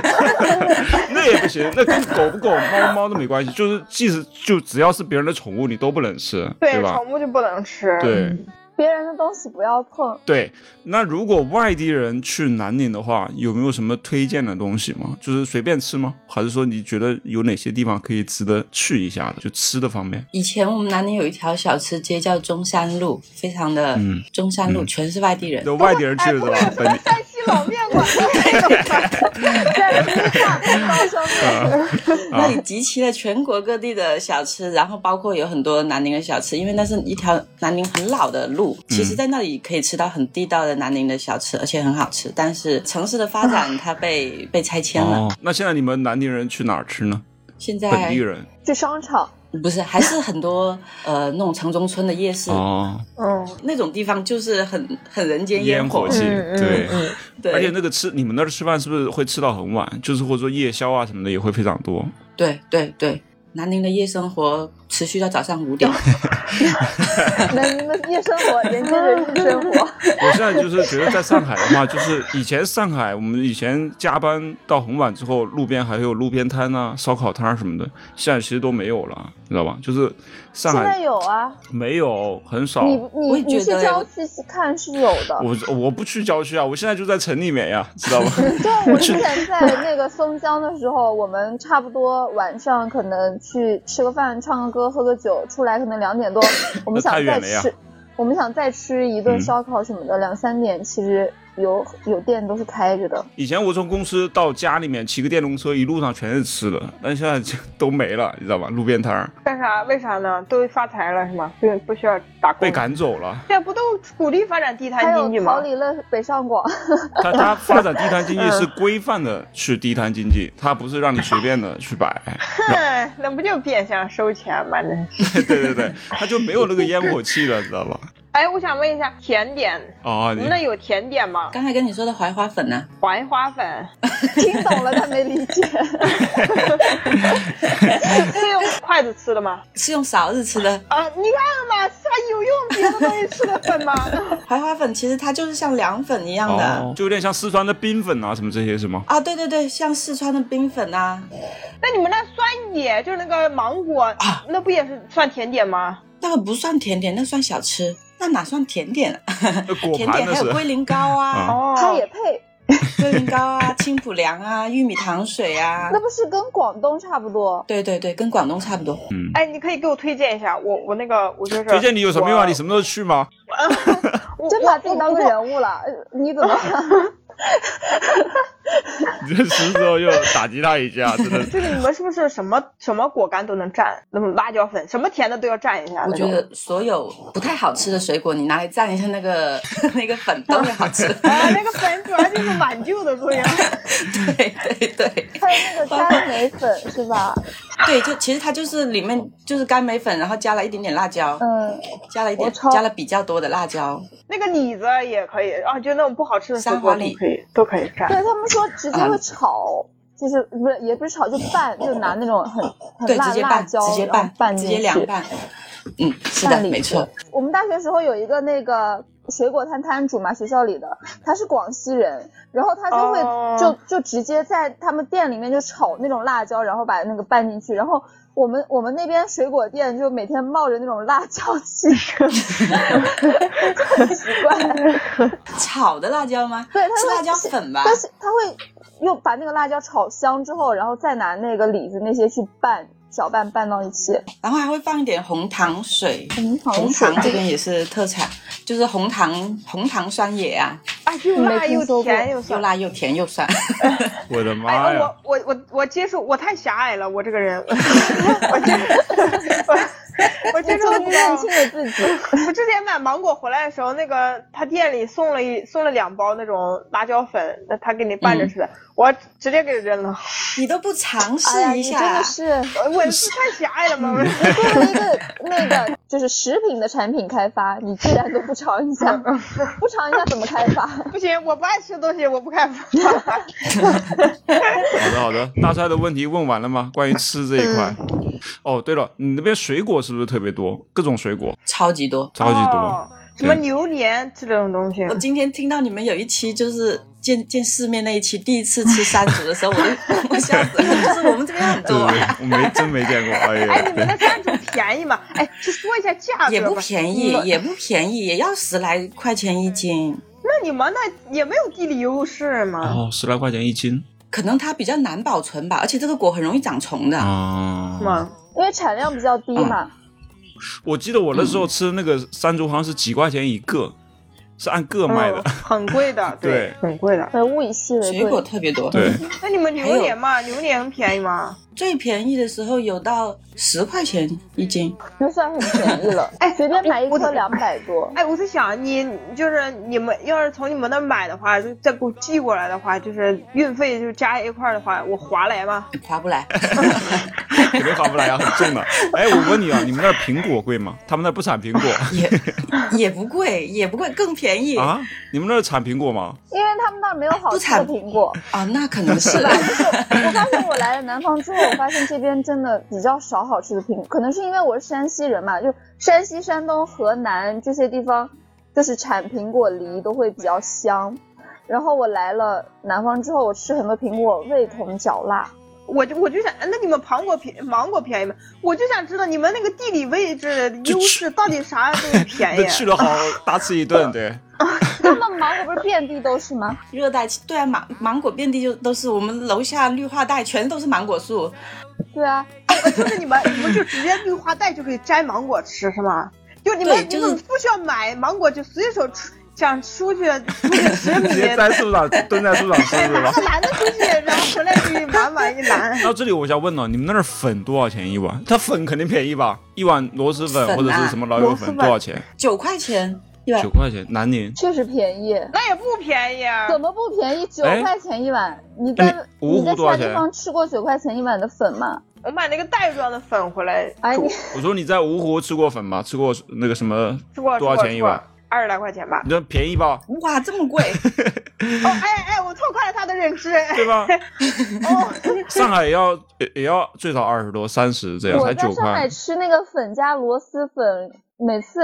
S2: 那也不行，那跟狗不狗、猫不猫都没关系，就是即使就只要是别人的宠物，你都不能吃，
S4: 对，
S2: 吧？
S4: 宠物就不能吃。，
S2: 对
S3: 别人的东西不要碰，
S2: 对，那如果外地人去南宁的话，有没有什么推荐的东西吗？就是随便吃吗？还是说你觉得有哪些地方可以值得去一下的？就吃的方面，
S5: 以前我们南宁有一条小吃街叫中山路，非常的
S2: 嗯
S5: 中山路、
S2: 嗯
S5: 全是外地人。
S2: 那外地人去了是吧？本地
S4: 山西老面馆，
S3: 在那边大排刀上面，
S2: 啊
S5: 那里集齐了全国各地的小吃，然后包括有很多南宁的小吃，因为那是一条南宁很老的
S2: 嗯
S5: 路。其实，在那里可以吃到很地道的南宁的小吃，而且很好吃。但是城市的发 展，它被被拆迁了。
S2: 哦，那现在你们南宁人去哪儿吃呢？
S5: 现
S2: 本
S5: 在
S2: 地人
S3: 去商场。
S5: 不是还是很多呃那种城中村的夜市。
S2: 哦，
S4: 嗯，
S5: 那种地方就是很很人间
S2: 烟火
S5: 火
S2: 气，
S4: 嗯嗯
S2: 对。
S4: 嗯
S5: 对，
S2: 而且那个吃，你们那儿吃饭是不是会吃到很晚？就是或者说夜宵啊什么的也会非常多。
S5: 对对对，南宁的夜生活持续到早上 五点。
S3: 南宁的夜生活，人间的日生活，
S2: 我现在就是觉得在上海的话，就是以前上海，我们以前加班到很晚之后，路边还会有路边摊啊、烧烤摊啊什么的，现在其实都没有了，你知道吧？就是上
S3: 现在
S2: 海
S3: 有啊。
S2: 没有很少。
S3: 你
S5: 我
S3: 你
S5: 也
S3: 你
S5: 觉
S3: 去
S5: 得
S3: 郊区看是有的。
S2: 我我不去郊区啊，我现在就在城里面呀，知道吧？
S3: 对，我之前在那个松江的时候，我们差不多晚上可能去吃个饭、唱个歌、喝个酒，出来可能两点多，我们
S2: 那太
S3: 想
S2: 远
S3: 再
S2: 了呀
S3: 吃，我们想再吃一顿
S2: 嗯
S3: 烧烤什么的，两三点其实有有店都是开着的。
S2: 以前我从公司到家里面骑个电动车，一路上全是吃的，但现在都没了，你知道吧？路边摊儿
S4: 干啥？啊为啥呢？都发财了是吗？不不需要打工。
S2: 被赶走了。
S4: 现在不都鼓励发展地
S3: 还
S4: 摊经济
S3: 有逃
S4: 吗？
S3: 离了北上广，
S2: 它它发展地摊经济 是
S5: 嗯
S2: 规范的去地摊经济，它不是让你随便的去摆。
S4: 哼，那不就变相收钱吗？那。
S2: 对对对，它就没有那个烟火气了，知道吧？
S4: 哎，我想问一下，甜点，
S2: 哦，你
S4: 你们那有甜点吗？
S5: 刚才跟你说的槐花粉呢、
S4: 槐花粉，
S3: 听懂了但没理解。
S4: 是用筷子吃的吗？
S5: 是用勺子吃的。
S4: 啊，你看嘛，它有用别的东西吃的 粉吗？
S5: 槐花粉其实它就是像凉粉一样的。
S2: 哦，就有点像四川的冰粉啊，什么这些是吗？
S5: 啊，对对对，像四川的冰粉啊，
S4: 那你们那酸野就是那个芒果，
S5: 啊
S4: 那不也是算甜点吗？
S5: 那个不算甜点，那算小吃，那哪算甜点、啊？
S2: 那果
S5: 甜
S2: 盘
S5: 点
S2: 那
S5: 还有龟
S2: 是。
S5: 苓膏啊，
S2: 啊
S4: 哦，
S3: 它也配？
S5: 龟苓膏啊，青浦凉啊，玉米糖水啊
S3: 那。不是跟广东差不多？
S5: 对对对，跟广东差不多。
S2: 嗯，
S4: 哎，你可以给我推荐一下，我我那个我就是
S2: 推荐你有什么用啊？你什
S4: 么？
S2: 么时候去吗？
S4: 我
S3: 真把自己当个。
S4: 我我
S3: 人物了？呃你怎么？
S2: 你这什么时候又打击他一下？真的是。
S4: 这个你们是不是什么什么果干都能蘸？那么辣椒粉，什么甜的都要蘸一下。
S5: 我
S4: 那
S5: 觉
S4: 种
S5: 得所有不太好吃的水果，你拿来蘸一下那个 那个粉，都会好吃。
S4: 啊，那个粉主要就是挽救的 作用。
S5: 对对对
S3: 还有那 个甘梅粉是吧？
S5: 对，就其实它就是里面就是甘梅粉，然后加了一点点辣椒，
S3: 嗯，
S5: 加了一
S3: 我
S5: 点
S3: 超
S5: 加了比较多的辣椒。
S4: 那个李子也可以啊，就那种不好吃的水
S5: 三
S4: 果
S5: 花
S4: 都
S5: 李
S4: 可以，都可以蘸。
S3: 对他们说直接会
S5: 嗯
S3: 炒，就是不是也不是炒，就拌，就拿那种很很
S5: 对，
S3: 嗯辣
S5: 直接
S3: 辣
S5: 拌，
S3: 椒
S5: 直接
S3: 然后
S5: 拌，直
S3: 进
S5: 接
S3: 去
S5: 凉拌。嗯，是的
S3: 拌，里
S5: 没错。
S3: 我们大学时候有一个那个水果摊摊主嘛，学校里的，他是广西人，然后他就会
S4: 哦
S3: 就、就直接在他们店里面就炒那种辣椒，然后把那个拌进去，然后。我们我们那边水果店就每天冒着那种辣椒气， 很奇怪。
S5: 炒的辣椒吗？
S3: 对，他
S5: 是
S3: 会
S5: 辣椒粉吧？
S3: 但是他会用把那个辣椒炒香之后，然后再拿那个李子那些去拌，搅拌拌到一起。
S5: 然后还会放一点红糖水。
S3: 红糖
S5: 红
S3: 水
S5: 糖这边也是特产，就是红糖红糖酸野啊，
S4: 啊，又辣
S3: 没听
S4: 又
S3: 说过
S4: 甜又
S5: 又
S4: 酸。
S5: 辣又甜 又酸。
S2: 我的
S4: 哎，
S2: 妈呀
S4: 我！我我我接受，我太狭隘了，我这个人， 我接受，我我
S3: 你
S4: 接受
S3: 终
S4: 不
S3: 于
S4: 了
S3: 认。清了自己。
S4: 我之前买芒果回来的时候，那个他店里送了一送了两包那种辣椒粉，那他给你拌着吃的，我直接给扔了。
S5: 你都不尝
S3: 哎呀，
S5: 试一
S3: 你
S5: 下
S3: 真
S5: 啊
S3: 的？是。
S4: 我我是太狭隘了吗？我是
S3: 作为一个那个就是食品的产品开发，你居然都不尝一 下，不尝一下怎么开发？
S4: 不行，我不爱吃东西，我不看。
S2: 好的好 的，大帅的问题问完了吗？关于吃这一块。
S4: 嗯
S2: 哦，对了，你那边水果是不是特别多？各种水果
S5: 超级多。
S2: 超级
S4: 哦
S2: 多。
S4: 什么榴莲这种东西
S5: 我，今天听到你们有一期就是见见世面那一期，第一次吃山竹的时候，我都 我笑死了，就是我们这边很
S2: 对
S5: 多
S2: 对
S5: 啊，
S2: 对，我没真没见过。哎
S4: 哎，你
S2: 呀，
S4: 们那山竹便宜吗？哎，就说一下价格吧。嗯
S5: 也不便宜
S4: 你，们
S5: 也不便宜，也要十来块钱一斤。
S4: 那你们那也没有地理优势嘛？
S2: 哦，十来块钱一斤
S5: 可能它比较难保存吧，而且这个果很容易长虫的。
S4: 是
S2: 啊！
S4: 吗？
S3: 因为产量比较低
S5: 啊
S3: 嘛。
S2: 我记得我那时候吃那个山竹，好像是几块钱一个，是按个卖的
S4: 嗯。很贵的，
S2: 对
S4: 很贵的。
S3: 呃，物以稀为
S5: 水果
S3: 贵。
S5: 特别多，
S2: 对，
S4: 那你们
S5: 还
S4: 榴
S5: 有
S4: 莲嘛，榴莲便宜吗？
S5: 最便宜的时候有到十块钱一斤，
S3: 就算很便宜了，哎，随便买一
S4: 我
S3: 颗两百多，
S4: 哎，我在想，你就是你们要是从你们那儿买的话，就再给我寄过来的话，就是运费就加一块儿的话，我划来吗？
S5: 划不来。
S2: 肯定划不来啊，很 重的。哎，我问你啊，你们那儿苹果贵吗？他们那儿不产苹 果
S5: 也也不贵，也不贵，更便宜
S2: 啊？你们那儿产苹果吗？
S3: 因为他们那儿没有好吃的
S5: 哎不
S3: 苹果。
S5: 啊那可能是
S3: 对吧？就是我发现我来了南方之后，我发现这边真的比较少好吃的苹果，可能是因为我是山西人嘛，就山西、山东、河南这些地方，就是产苹果、梨都会比较香。然后我来了南方之后，我吃很多苹果，味同嚼 蜡。
S4: 我就我就想，哎那你们芒果便芒果便宜吗？我就想知道你们那个地理位置
S2: 就
S4: 优
S2: 去
S4: 势到底啥东西便宜 啊
S2: 那？去了好大吃一顿，对。
S3: 那么芒果不是遍地都是吗？
S5: 热带气，对啊，芒芒果遍地就都是，我们楼下绿化带全都是芒果树，
S3: 对啊，
S4: 就是你们，你们就直接绿化带就可以摘芒果吃是吗？就你们
S5: 对就是
S4: 你们不需要买芒果，就随手吃想出去出去十米
S2: 直，接栽树上，蹲在树上吃是吧？
S4: 懒得出去，然后回来就满满一 篮。
S2: 到这里我想问了，你们那儿粉多少钱一碗？它粉肯定便宜吧？一碗螺蛳粉
S5: 粉啊
S2: 或者是什么老友粉多少钱？
S5: 九块钱一碗
S2: 九，块钱，南宁。
S3: 确实便宜。
S4: 那也不便宜啊，
S3: 怎么不便宜？九
S2: 哎
S3: 块钱一碗，你
S2: 那
S3: 在
S2: 哎你芜湖
S3: 你在其
S2: 多少
S3: 他
S2: 钱
S3: 地方吃过九块钱一碗的粉吗？
S4: 我买了一个袋装的粉回来，
S3: 哎，你
S2: 我说你在芜湖吃过粉吗？吃过那个什么？
S4: 吃过
S2: 多少钱一碗？
S4: 二十来块钱吧。
S2: 你说便宜吧，
S5: 哇，这么贵，
S4: 哦，哎哎，我拓宽了他的认知。
S2: 对吧？
S4: 哦，
S2: 上海也要也也要最少二十多、三十这样，
S3: 我
S2: 才
S3: 在
S2: 九
S3: 上海
S2: 块。
S3: 吃那个粉加螺蛳粉，每次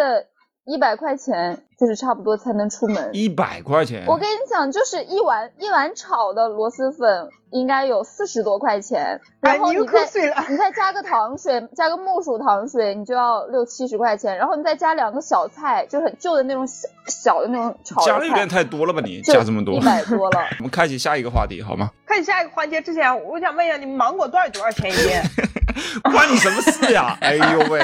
S3: 一百块钱，就是差不多才能出门。
S2: 一百块钱，
S3: 我跟你讲，就是一碗一碗炒的螺蛳粉应该有四十多块钱，
S4: 哎，
S3: 然后
S4: 你又
S3: 你
S4: 口
S3: 再、
S4: 水了。
S3: 你再加个糖水，加个木薯糖水，你就要六七十块钱，然后你再加两个小菜，就很旧的那种小小的那种炒
S2: 加
S3: 的
S2: 的有点
S3: 菜，
S2: 太多了吧你？
S3: 就
S2: 加这么多
S3: 一，百多 了。
S2: 我们开启下一个话题好吗？
S4: 看下一个环节之前，我想问一下，你们芒果到底多少钱一斤？
S2: 关你什么事呀？哎呦喂，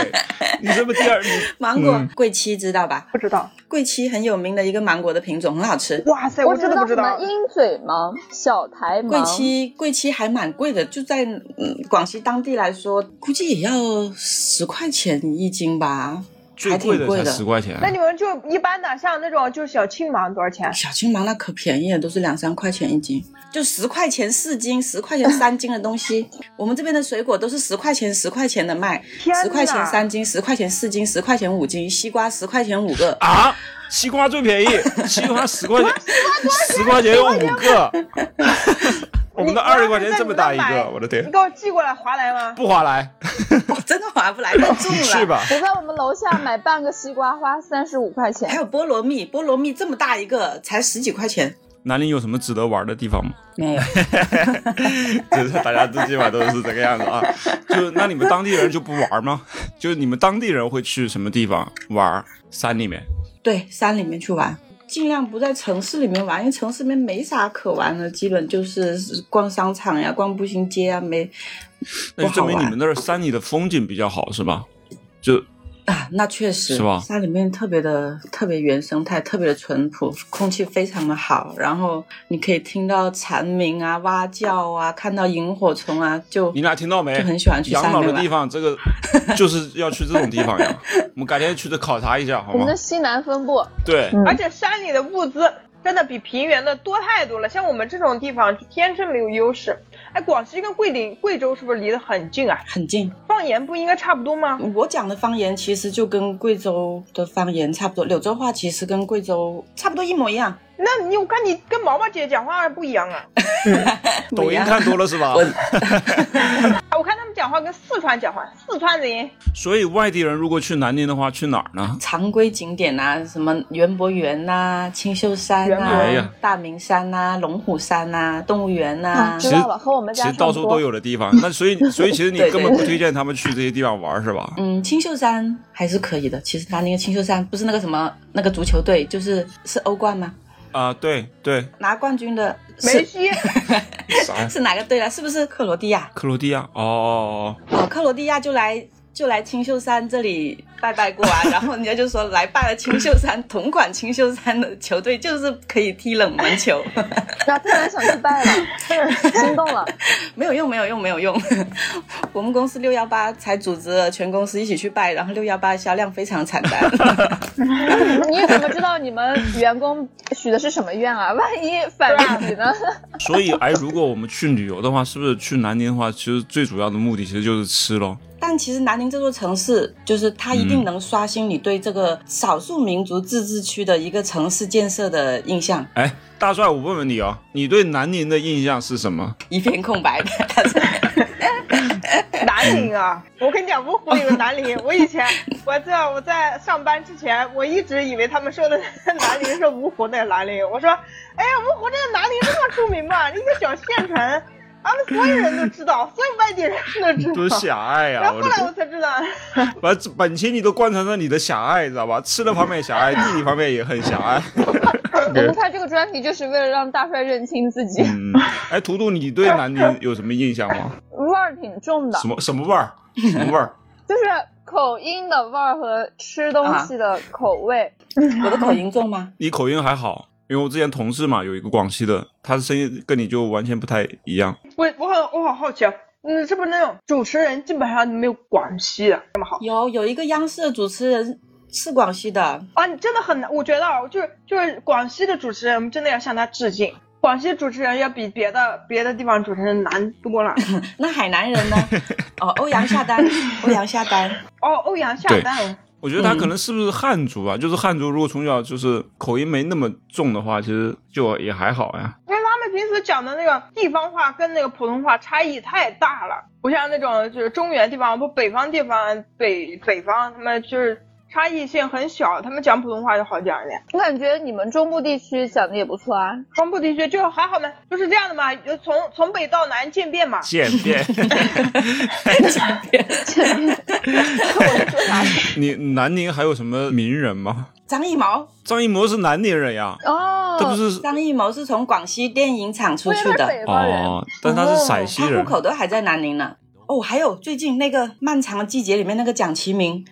S2: 你这不第二，你
S5: 芒果
S2: 嗯
S5: 桂七知道吧？
S4: 不知道。
S5: 桂七很有名的一个芒果的品种，很好吃。
S4: 哇塞，
S3: 我
S4: 哎真的
S3: 道
S4: 不知
S3: 什么
S4: 道。
S3: 鹰嘴芒、小台
S5: 桂
S3: 芒，
S5: 七桂七还蛮贵的，就在嗯广西当地来说，估计也要十块钱一斤吧，
S2: 最
S5: 还
S2: 贵
S5: 挺
S2: 的
S5: 贵
S2: 才
S5: 的。
S2: 十块
S4: 那
S2: 钱，
S4: 你们就一般的，像那种就是小青芒多少钱？
S5: 小青芒那可便宜了，都是两三块钱一斤，就十块钱四斤、十块钱三斤的东西。 我们这边的水果都是十块钱、十块钱的卖，
S4: 天哪
S5: 十块钱三斤、十块钱四斤、十块钱五斤，西瓜十块钱五 个。
S2: 啊？西瓜最 便宜，西瓜十块钱，十块钱有五个，我们的二十块钱这么大一个，我的
S4: 你
S2: 天，
S4: 给我寄过来划来吗？
S2: 不划来，
S5: 我真的划不来，太重
S2: 你
S5: 了。
S2: 去吧。
S3: 我在我们楼下买半个西瓜花三十五块
S5: 还
S4: 哎
S3: 钱，
S5: 有菠萝蜜，菠萝蜜这么大一个，才十几块钱。
S2: 南宁有什么值得玩的地方吗？
S5: 没有，
S2: 就是大家最起码都是这个样子啊。就那你们当地人就不玩吗？就是你们当地人会去什么地方玩？山里面
S5: 对，山里面去玩，尽量不在城市里面玩，因为城市里面没啥可玩的，基本就是逛商场呀、逛步行街啊，没
S2: 那就证明
S5: 不好
S2: 你
S5: 玩
S2: 们那儿山里的风景比较好，是吧？就
S5: 啊，那确实
S2: 是吧
S5: 山里面特别的特别原生态，特别的淳朴，空气非常的好，然后你可以听到蝉鸣啊、蛙叫啊，看到萤火虫啊，就
S2: 你俩听到没？
S5: 就很喜欢去山
S2: 养
S5: 里面
S2: 老
S5: 玩
S2: 的地方，这个就是要去这种地方呀。我们改天去这考察一下好
S3: 我们
S2: 吗
S3: 的？西南分部
S5: 啊
S2: 对，
S3: 嗯
S4: 而且山里的物资真的比平原的多太多了，像我们这种地方天生没有优势。哎，广西跟桂林、贵州是不是离得很近啊？
S5: 很近。
S4: 方言不应该差不多吗？
S5: 我讲的方言其实就跟贵州的方言差不多，柳州话其实跟贵州差不多一模一样。
S4: 那你我看你跟毛毛姐讲话不一样啊！
S2: 抖音看多了是吧？
S4: 啊，我看他们讲话跟四川讲话，四川人
S2: 所以外地人如果去南宁的话，去哪儿呢？
S5: 常规景点啊，什么园博园呐、青秀山
S4: 园博
S2: 哎呀
S5: 啊、大明山呐、龙虎山呐、动物园呐、
S3: 啊，知道了，和我们
S2: 其
S3: 家
S2: 实
S3: 差
S2: 到
S3: 不
S2: 处都
S3: 多。
S2: 有的地方。那所以，所以其实你
S5: 对对
S2: 根本不推荐他们去这些地方玩是吧？
S5: 嗯，青秀山还是可以的。其实他那个青秀山不是那个什么那个足球队，就是是欧冠吗？
S2: 啊，对对，
S5: 拿冠军的是
S4: 梅西
S2: 啥
S5: 是哪个队了？啊是不是克罗地亚？
S2: 克罗地亚哦哦，哦
S5: 哦，克罗地亚就来就来青秀山这里拜拜过 啊，然后人家就说来拜了青秀山，同款青秀山的球队就是可以踢冷门球，
S3: 那突然想去拜了，突然心动了。
S5: 没有用，没有用，没有用。 我们公司六幺八才组织了全公司一起去拜，然后六幺八销量非常惨淡。
S3: 你怎么知道你们员工许的是什么愿啊？万一反面你呢？
S2: 所以哎，如果我们去旅游的话，是不是去南宁的话，其实最主要的目的其实就是吃咯。
S5: 但其实南宁这座城市，就是它一定能刷新你对这个少数民族自治区的一个城市建设的印象，
S2: 哎，大帅，我问问你哦，你对南宁的印象是什 么？
S5: 一片空白的。但是
S4: 南宁啊！我跟你讲，我湖里的南宁，我以前我在我在上班之前，我一直以为他们说的南宁是芜湖那个南宁。我说，哎呀，芜湖这个南宁这么出名嘛，一个小县城，俺们所有人都知道，所有外地人都知
S2: 多
S4: 道。
S2: 狭隘呀、
S4: 然
S2: 我的
S4: 后后来
S2: 天
S4: 我才知道，
S2: 把本期你都贯穿了你的狭隘，知道吧？吃的方面狭隘，地理方面也很狭隘。
S3: 我们开这个专题就是为了让大帅认清自己，
S2: 嗯， 哎，图图，你对南宁有什么印象吗？
S3: 味儿挺重的，
S2: 什么什么味儿？什么味儿？
S3: 就是口音的味儿和吃东
S5: 啊
S3: 西的口味。
S5: 我的口音重吗？
S2: 你口音还好，因为我之前同事嘛，有一个广西的，他的声音跟你就完全不太一样。
S4: 我嗯我好我好好奇啊，嗯，是不是那种主持人基本上没有广西的那么好
S5: 有有一个央视的主持人是广西的，
S4: 啊？你真的很难，我觉得啊，就是就是广西的主持人，我们真的要向他致敬。广西主持人要比别的别的地方主持人难多了。
S5: 那海南人呢？哦，欧阳夏丹，欧阳夏丹，
S4: 哦，欧阳夏丹，
S2: 我觉得他
S5: 嗯
S2: 可能是不是汉族啊？就是汉族，如果从小就是口音没那么重的话，其实就也还好呀。
S4: 因为他们平时讲的那个地方话跟那个普通话差异太大了，不像那种就是中原地方不北方地方北北方他们就是差异性很小，他们讲普通话就好讲一点。
S3: 我感觉你们中部地区讲的也不错 啊。
S4: 中部地区就还好嘛，就是这样的嘛，就从从北到南渐变嘛。
S2: 渐变， 你南宁还有什么名人吗？
S5: 张艺谋，
S2: 张艺谋是南宁人呀，
S3: 哦，
S2: 他不是
S5: 张艺谋是从广西电影厂出
S3: 我以为
S5: 去
S3: 他是
S5: 的，
S3: 北方人。
S2: 哦，但他是陕西
S5: 他户
S2: 人。
S5: 口都还在南宁呢。哦，还有最近那个《漫长的季节》里面那个蒋奇明，《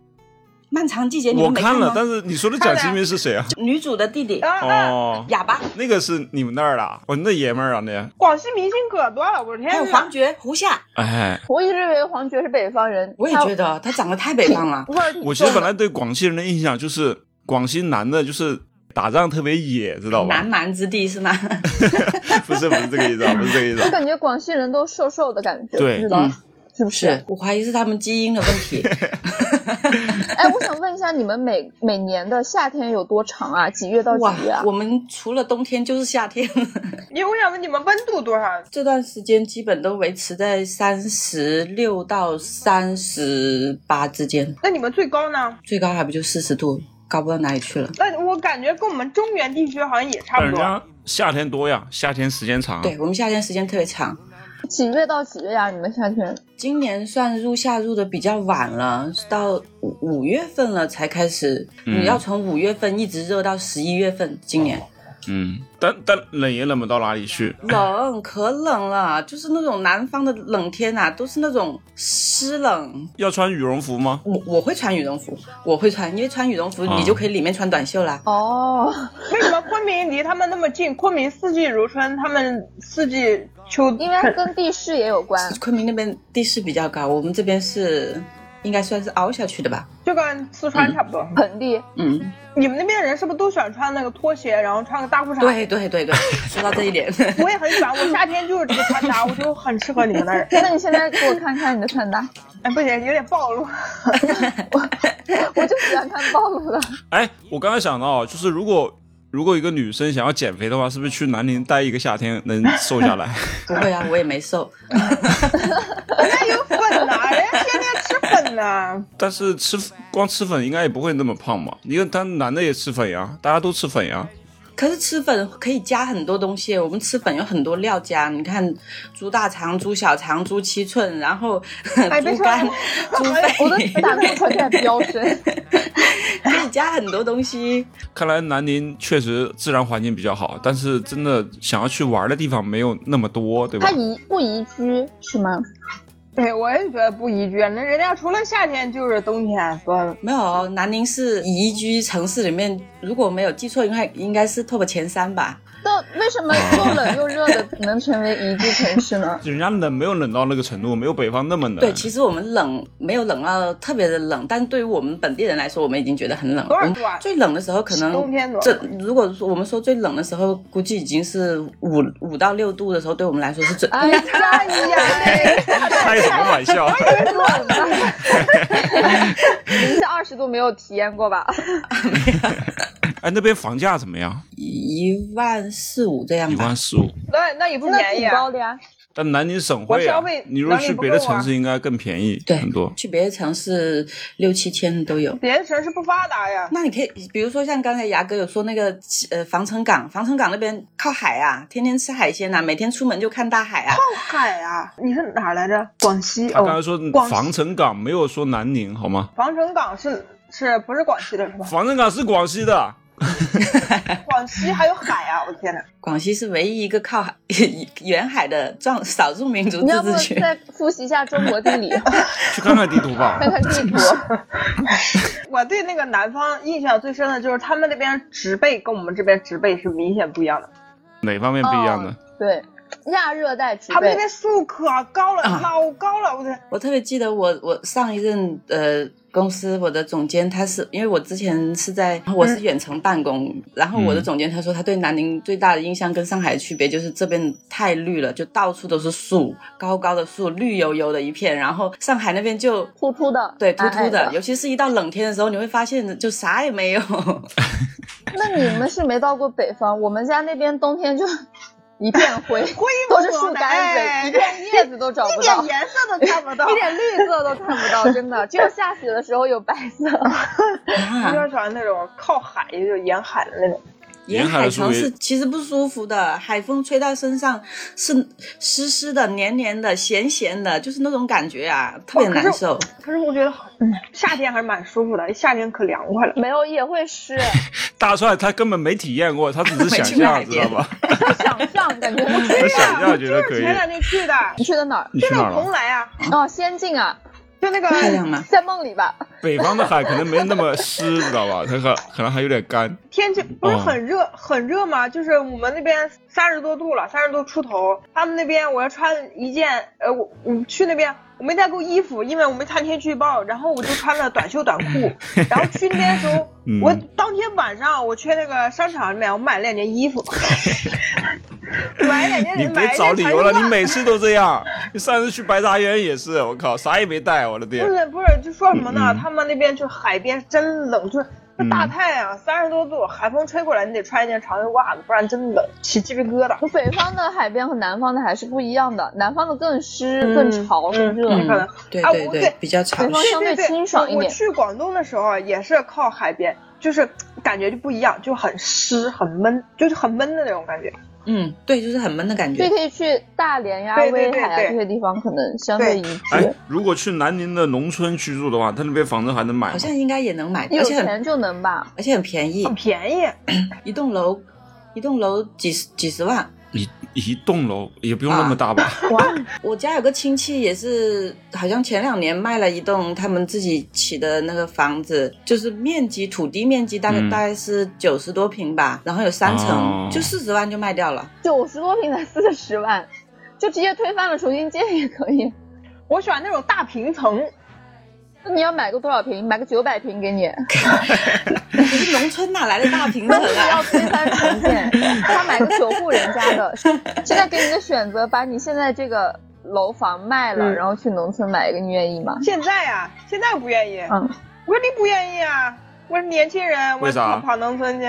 S5: 漫长的季哎节》你
S2: 我
S5: 们没
S2: 看了
S5: 吗，？
S2: 但是你说的蒋
S4: 看了
S2: 奇明是谁啊？
S5: 女主的弟弟
S4: 啊啊！
S2: 哦，
S5: 哑巴，
S2: 那个是你们那儿的，我那爷们儿啊，那
S4: 广西明星可多了，我的
S5: 还有
S4: 天
S5: 黄
S4: 呐！
S5: 觉、胡夏，
S2: 哎，
S3: 我一直以为黄觉是北方人，
S5: 我也觉得他长得太北方了。
S3: 味儿挺
S2: 我其实
S3: 重
S2: 本
S3: 的
S2: 来对广西人的印象就是广西男的，就是打仗特别野，知道吧
S5: 南？蛮之地是吗？
S2: 不是不是这个意思啊，不是这个意思
S3: 我
S2: 啊。
S3: 感觉广西人都瘦瘦的感觉，
S2: 对
S3: 不知道
S5: 嗯
S3: 是不是？
S5: 我怀疑是他们基因的问 题。
S3: 哎，我想问一下，你们每每年的夏天有多长啊？几月到
S5: 哇
S3: 几月啊，？
S5: 我们除了冬天就是夏天，
S4: 你我想问你们温度多少？
S5: 这段时间基本都维持在三十六到三十八之间，
S4: 那你们最高呢？
S5: 最高还不就四十度，高不到哪里去
S2: 嗯
S5: 了。
S4: 那我感觉跟我们中原地区好像也差
S2: 但人
S4: 不多。
S2: 家夏天多呀，夏天时间长。
S5: 对我们夏天时间特别长，
S3: 几月到几月呀、你们夏天？
S5: 今年算入夏入的比较晚了，是到五五月份了才开始。
S2: 嗯
S5: 你要从五月份一直热到十一月份，今年
S2: 嗯，但但冷也冷不到哪里去。
S5: 冷可冷了，就是那种南方的冷天啊，都是那种湿冷。
S2: 要穿羽绒服吗？
S5: 我我会穿羽绒服，我会穿，因为穿羽绒服
S2: 啊
S5: 你就可以里面穿短袖啦。
S3: 哦，
S4: 为什么昆明离他们那么近？昆明四季如春，他们四季秋。
S3: 应该跟地势也有关。
S5: 昆明那边地势比较高，我们这边是应该算是凹下去的吧？
S4: 就跟四川差不多。
S3: 盆地，
S5: 嗯，
S4: 你们那边人是不是都喜欢穿那个拖鞋，然后穿个大裤衩？
S5: 对，对对对，说到这一点，
S4: 我也很喜欢。我夏天就是这个穿 搭，我就很适合你们那儿。
S3: 那你现在给我看看你的穿搭，
S4: 哎，不行，有点暴露。
S3: 我就喜欢看暴露的。
S2: 哎，我刚才想到，就是如果如果一个女生想要减肥的话，是不是去南宁待一个夏天能瘦下来？
S5: 不会啊，我也没瘦，
S4: 人家有粉呐、人家天天吃粉呐、
S2: 但是吃光吃粉应该也不会那么胖吧？因为他男的也吃粉呀，大家都吃粉呀。
S5: 可是吃粉可以加很多东西，我们吃粉有很多料加，你看猪大肠、猪小肠、猪七寸，然后
S4: 哎别
S5: 猪
S4: 说
S5: 肝、 猪
S3: 我的
S5: 肺，
S3: 胆固醇在飙升，
S5: 可以加很多东西。
S2: 看来南宁确实自然环境比较好，但是真的想要去玩的地方没有那么多，对吧
S3: 它？宜不宜居是吗？
S4: 对，我也觉得不宜居。啊那人家除了夏天就是冬天，所以
S5: 没有，南宁是宜居城市里面，如果没有记错，应该应该是 top 前三吧。
S3: 那为什么又冷又热的能成为宜居城市呢？
S2: 人家冷没有冷到那个程度，没有北方那么冷。
S5: 对，其实我们冷没有冷到特别的冷，但对于我们本地人来说，我们已经觉得很冷了。
S4: 多
S5: 我
S4: 少
S5: 们
S4: 度啊？
S5: 最冷的时候可能
S4: 冬天多
S5: 这如果说我们说最冷的时候，估计已经是五五到六度的时候，对我们来说是最。
S4: 啊
S3: 哎呀哎呀，
S2: 开什么玩 笑？
S3: 冷的， 零下二十度没有体验过吧？
S2: 哎，那边房价怎么样？
S5: 一万四五这样
S2: 一
S5: 吧
S2: 万。四五。
S4: 那那也不
S3: 那
S4: 便宜
S3: 挺
S4: 啊
S3: 高。的呀。
S2: 但南宁省会、啊
S4: 我消费，
S2: 你如果去别的城市，应该更便宜
S5: 啊对，哦
S2: 很多。
S5: 去别的城市六七千都有。
S4: 别的城市不发达呀。
S5: 那你可以，比如说像刚才牙哥有说那个呃防城港，防城港那边靠海啊，天天吃海鲜呐、每天出门就看大海啊。
S4: 海啊，你是哪儿来着？广西哦
S2: 他刚才说
S4: 广西
S2: 防城港，没有说南宁，好吗？
S4: 防城港是是不是广西的是吧？
S2: 防城港是广西的，
S4: 广西还有海啊！我的天哪，
S5: 广西是唯一一个靠海 沿海的壮少数民族
S3: 你要
S5: 自
S3: 不
S5: 治区。
S3: 再复习一下中国地 理，看
S2: 去看看地图吧。
S3: 看地图？
S4: 我对那个南方印象最深的就是他们那边植被跟我们这边植被是明显不一样的，
S2: 哪方面不一样呢？
S3: 对，亚热带植
S4: 他们那
S3: 被。
S4: 边树可高了，
S5: 啊
S4: 老高了，我的天，
S5: 我特别记得我我上一任呃公司我的总监他是因为我之前是在我是远程办公，然后我的总监他说他对南宁最大的印象跟上海的区别就是这边太绿了，就到处都是树，高高的树，绿油油的一片，然后上海那边就。
S3: 秃啊哎秃的，
S5: 对，秃秃
S3: 矮
S5: 的，
S3: 矮
S5: 尤其是一到冷天的时候，你会发现就啥也没有。啊
S3: 那你们是没到过北方，我们家那边冬天就一片 灰，
S4: 灰
S3: 都
S4: 蒙
S3: 是树
S4: 蒙的，
S3: 干
S4: 哎
S3: 子，一片叶子都找
S4: 一
S3: 不到
S4: 点，颜色都看不 到
S3: 一。点绿色都看不到，真的，只有下雪的时候有白色。
S4: 比
S5: 啊
S4: 较喜欢那种靠海，就是沿海的那种。
S5: 沿
S2: 沿海
S5: 海
S2: 的树
S5: 城
S2: 也
S5: 市其实不舒服的，海风吹到身上是湿湿的、黏黏的、咸咸的，就是那种感觉啊，特别
S4: 哦可是
S5: 难受。
S4: 可是我觉得好，嗯，夏天还是蛮舒服的，夏天可凉快了。
S3: 没有也会湿，
S2: 大帅他根本没体验过，他只是想象，
S5: 没
S2: 知
S5: 去海
S2: 道
S5: 边
S2: 吧？
S3: 想象感觉不
S2: 他
S3: 对
S2: 想
S3: 呀。
S2: 象觉得
S4: 就
S2: 可
S4: 是
S2: 以。
S4: 前两天去的，
S3: 你去的哪儿？
S2: 你去
S4: 真
S2: 哪
S4: 的
S2: 儿
S4: 蓬
S2: 了？
S4: 莱啊，
S3: 哦，仙境啊，
S4: 就那个
S5: 太凉了。
S3: 在梦里吧。
S2: 北方的海可能没那么湿，知道吧？它可可能还有点 干。
S4: 天气不是
S2: 哦
S4: 很热，很热吗？就是我们那边三十多度了，三十度出头。他们那边我要穿一件，呃，我我去那边我没带够衣服，因为我没看天气预报，然后我就穿了短袖 短裤。然后去那边的时候，
S2: 嗯
S4: 我当天晚上我去那个商场里面，我买了两件 衣服，买了两
S2: 你
S4: 件，买
S2: 别
S4: 了
S2: 找
S4: 两
S2: 理
S4: 件
S2: 由了，
S4: 长
S2: 你
S4: 袖
S2: 每次都这样。你上次去白沙园也是，我靠，啥也没带，我的
S4: 不
S2: 天！
S4: 是不是，就说什么呢？
S2: 嗯嗯嗯
S4: 他们那边就海边真冷，就是那大太阳三十多度，海风吹过来，你得穿一件长袖袜子，不然真冷，起鸡皮疙瘩。
S3: 北方的海边和南方的还是不一样的，南方的更湿、
S4: 嗯
S3: 更潮、更热。
S4: 嗯可能
S5: 对
S4: 啊
S5: 对
S4: 我
S5: 对
S4: 对，
S5: 比较潮
S3: 北方
S5: 湿。
S3: 相对
S4: 对对
S3: 清爽一
S4: 我我
S3: 点
S4: 去广东的时候啊也是靠海边，就是感觉就不一样，就很湿、很闷，就是很闷的那种感觉。
S5: 嗯，对，就是很闷的感
S3: 所以
S5: 觉。
S3: 可以去大连呀、
S4: 对对
S3: 威
S4: 对
S3: 海啊
S4: 对
S3: 这些地方，可能相对宜
S2: 哎
S3: 居，，
S2: 如果去南宁的农村居住的话，他那边房子还能买
S5: 好
S2: 吗？
S5: 像应该也能买，
S3: 你
S5: 而
S3: 有
S5: 且
S3: 钱
S5: 很
S3: 就能吧。
S5: 而且很便宜
S4: 很，便宜，
S5: 一栋楼一栋楼几十几十万。
S2: 一一栋楼也不用那么大吧？
S5: 啊我家有个亲戚也是，好像前两年卖了一栋他们自己起的那个房子，就是面积土地面积大概、
S2: 嗯
S5: 大概是九十多平吧，然后有三层，
S2: 哦
S5: 就四十万就卖掉了。
S3: 九十多平才四十万，就直接推翻了重新建也可以。
S4: 我喜欢那种大平层，
S3: 那你要买个多少平？买个九百平给你，
S5: 可是农村哪来的大平层
S3: 但是 要
S5: 啊？
S3: 推翻重建，他买个九户人家 的。现在给你个选择，把你现在这个楼房卖了，
S4: 嗯
S3: 然后去农村买一个，你愿意吗？
S4: 现在啊，现在不愿意。
S3: 嗯，
S4: 我说你不愿意啊，我是年轻人，我
S2: 为啥
S4: 跑跑农村去，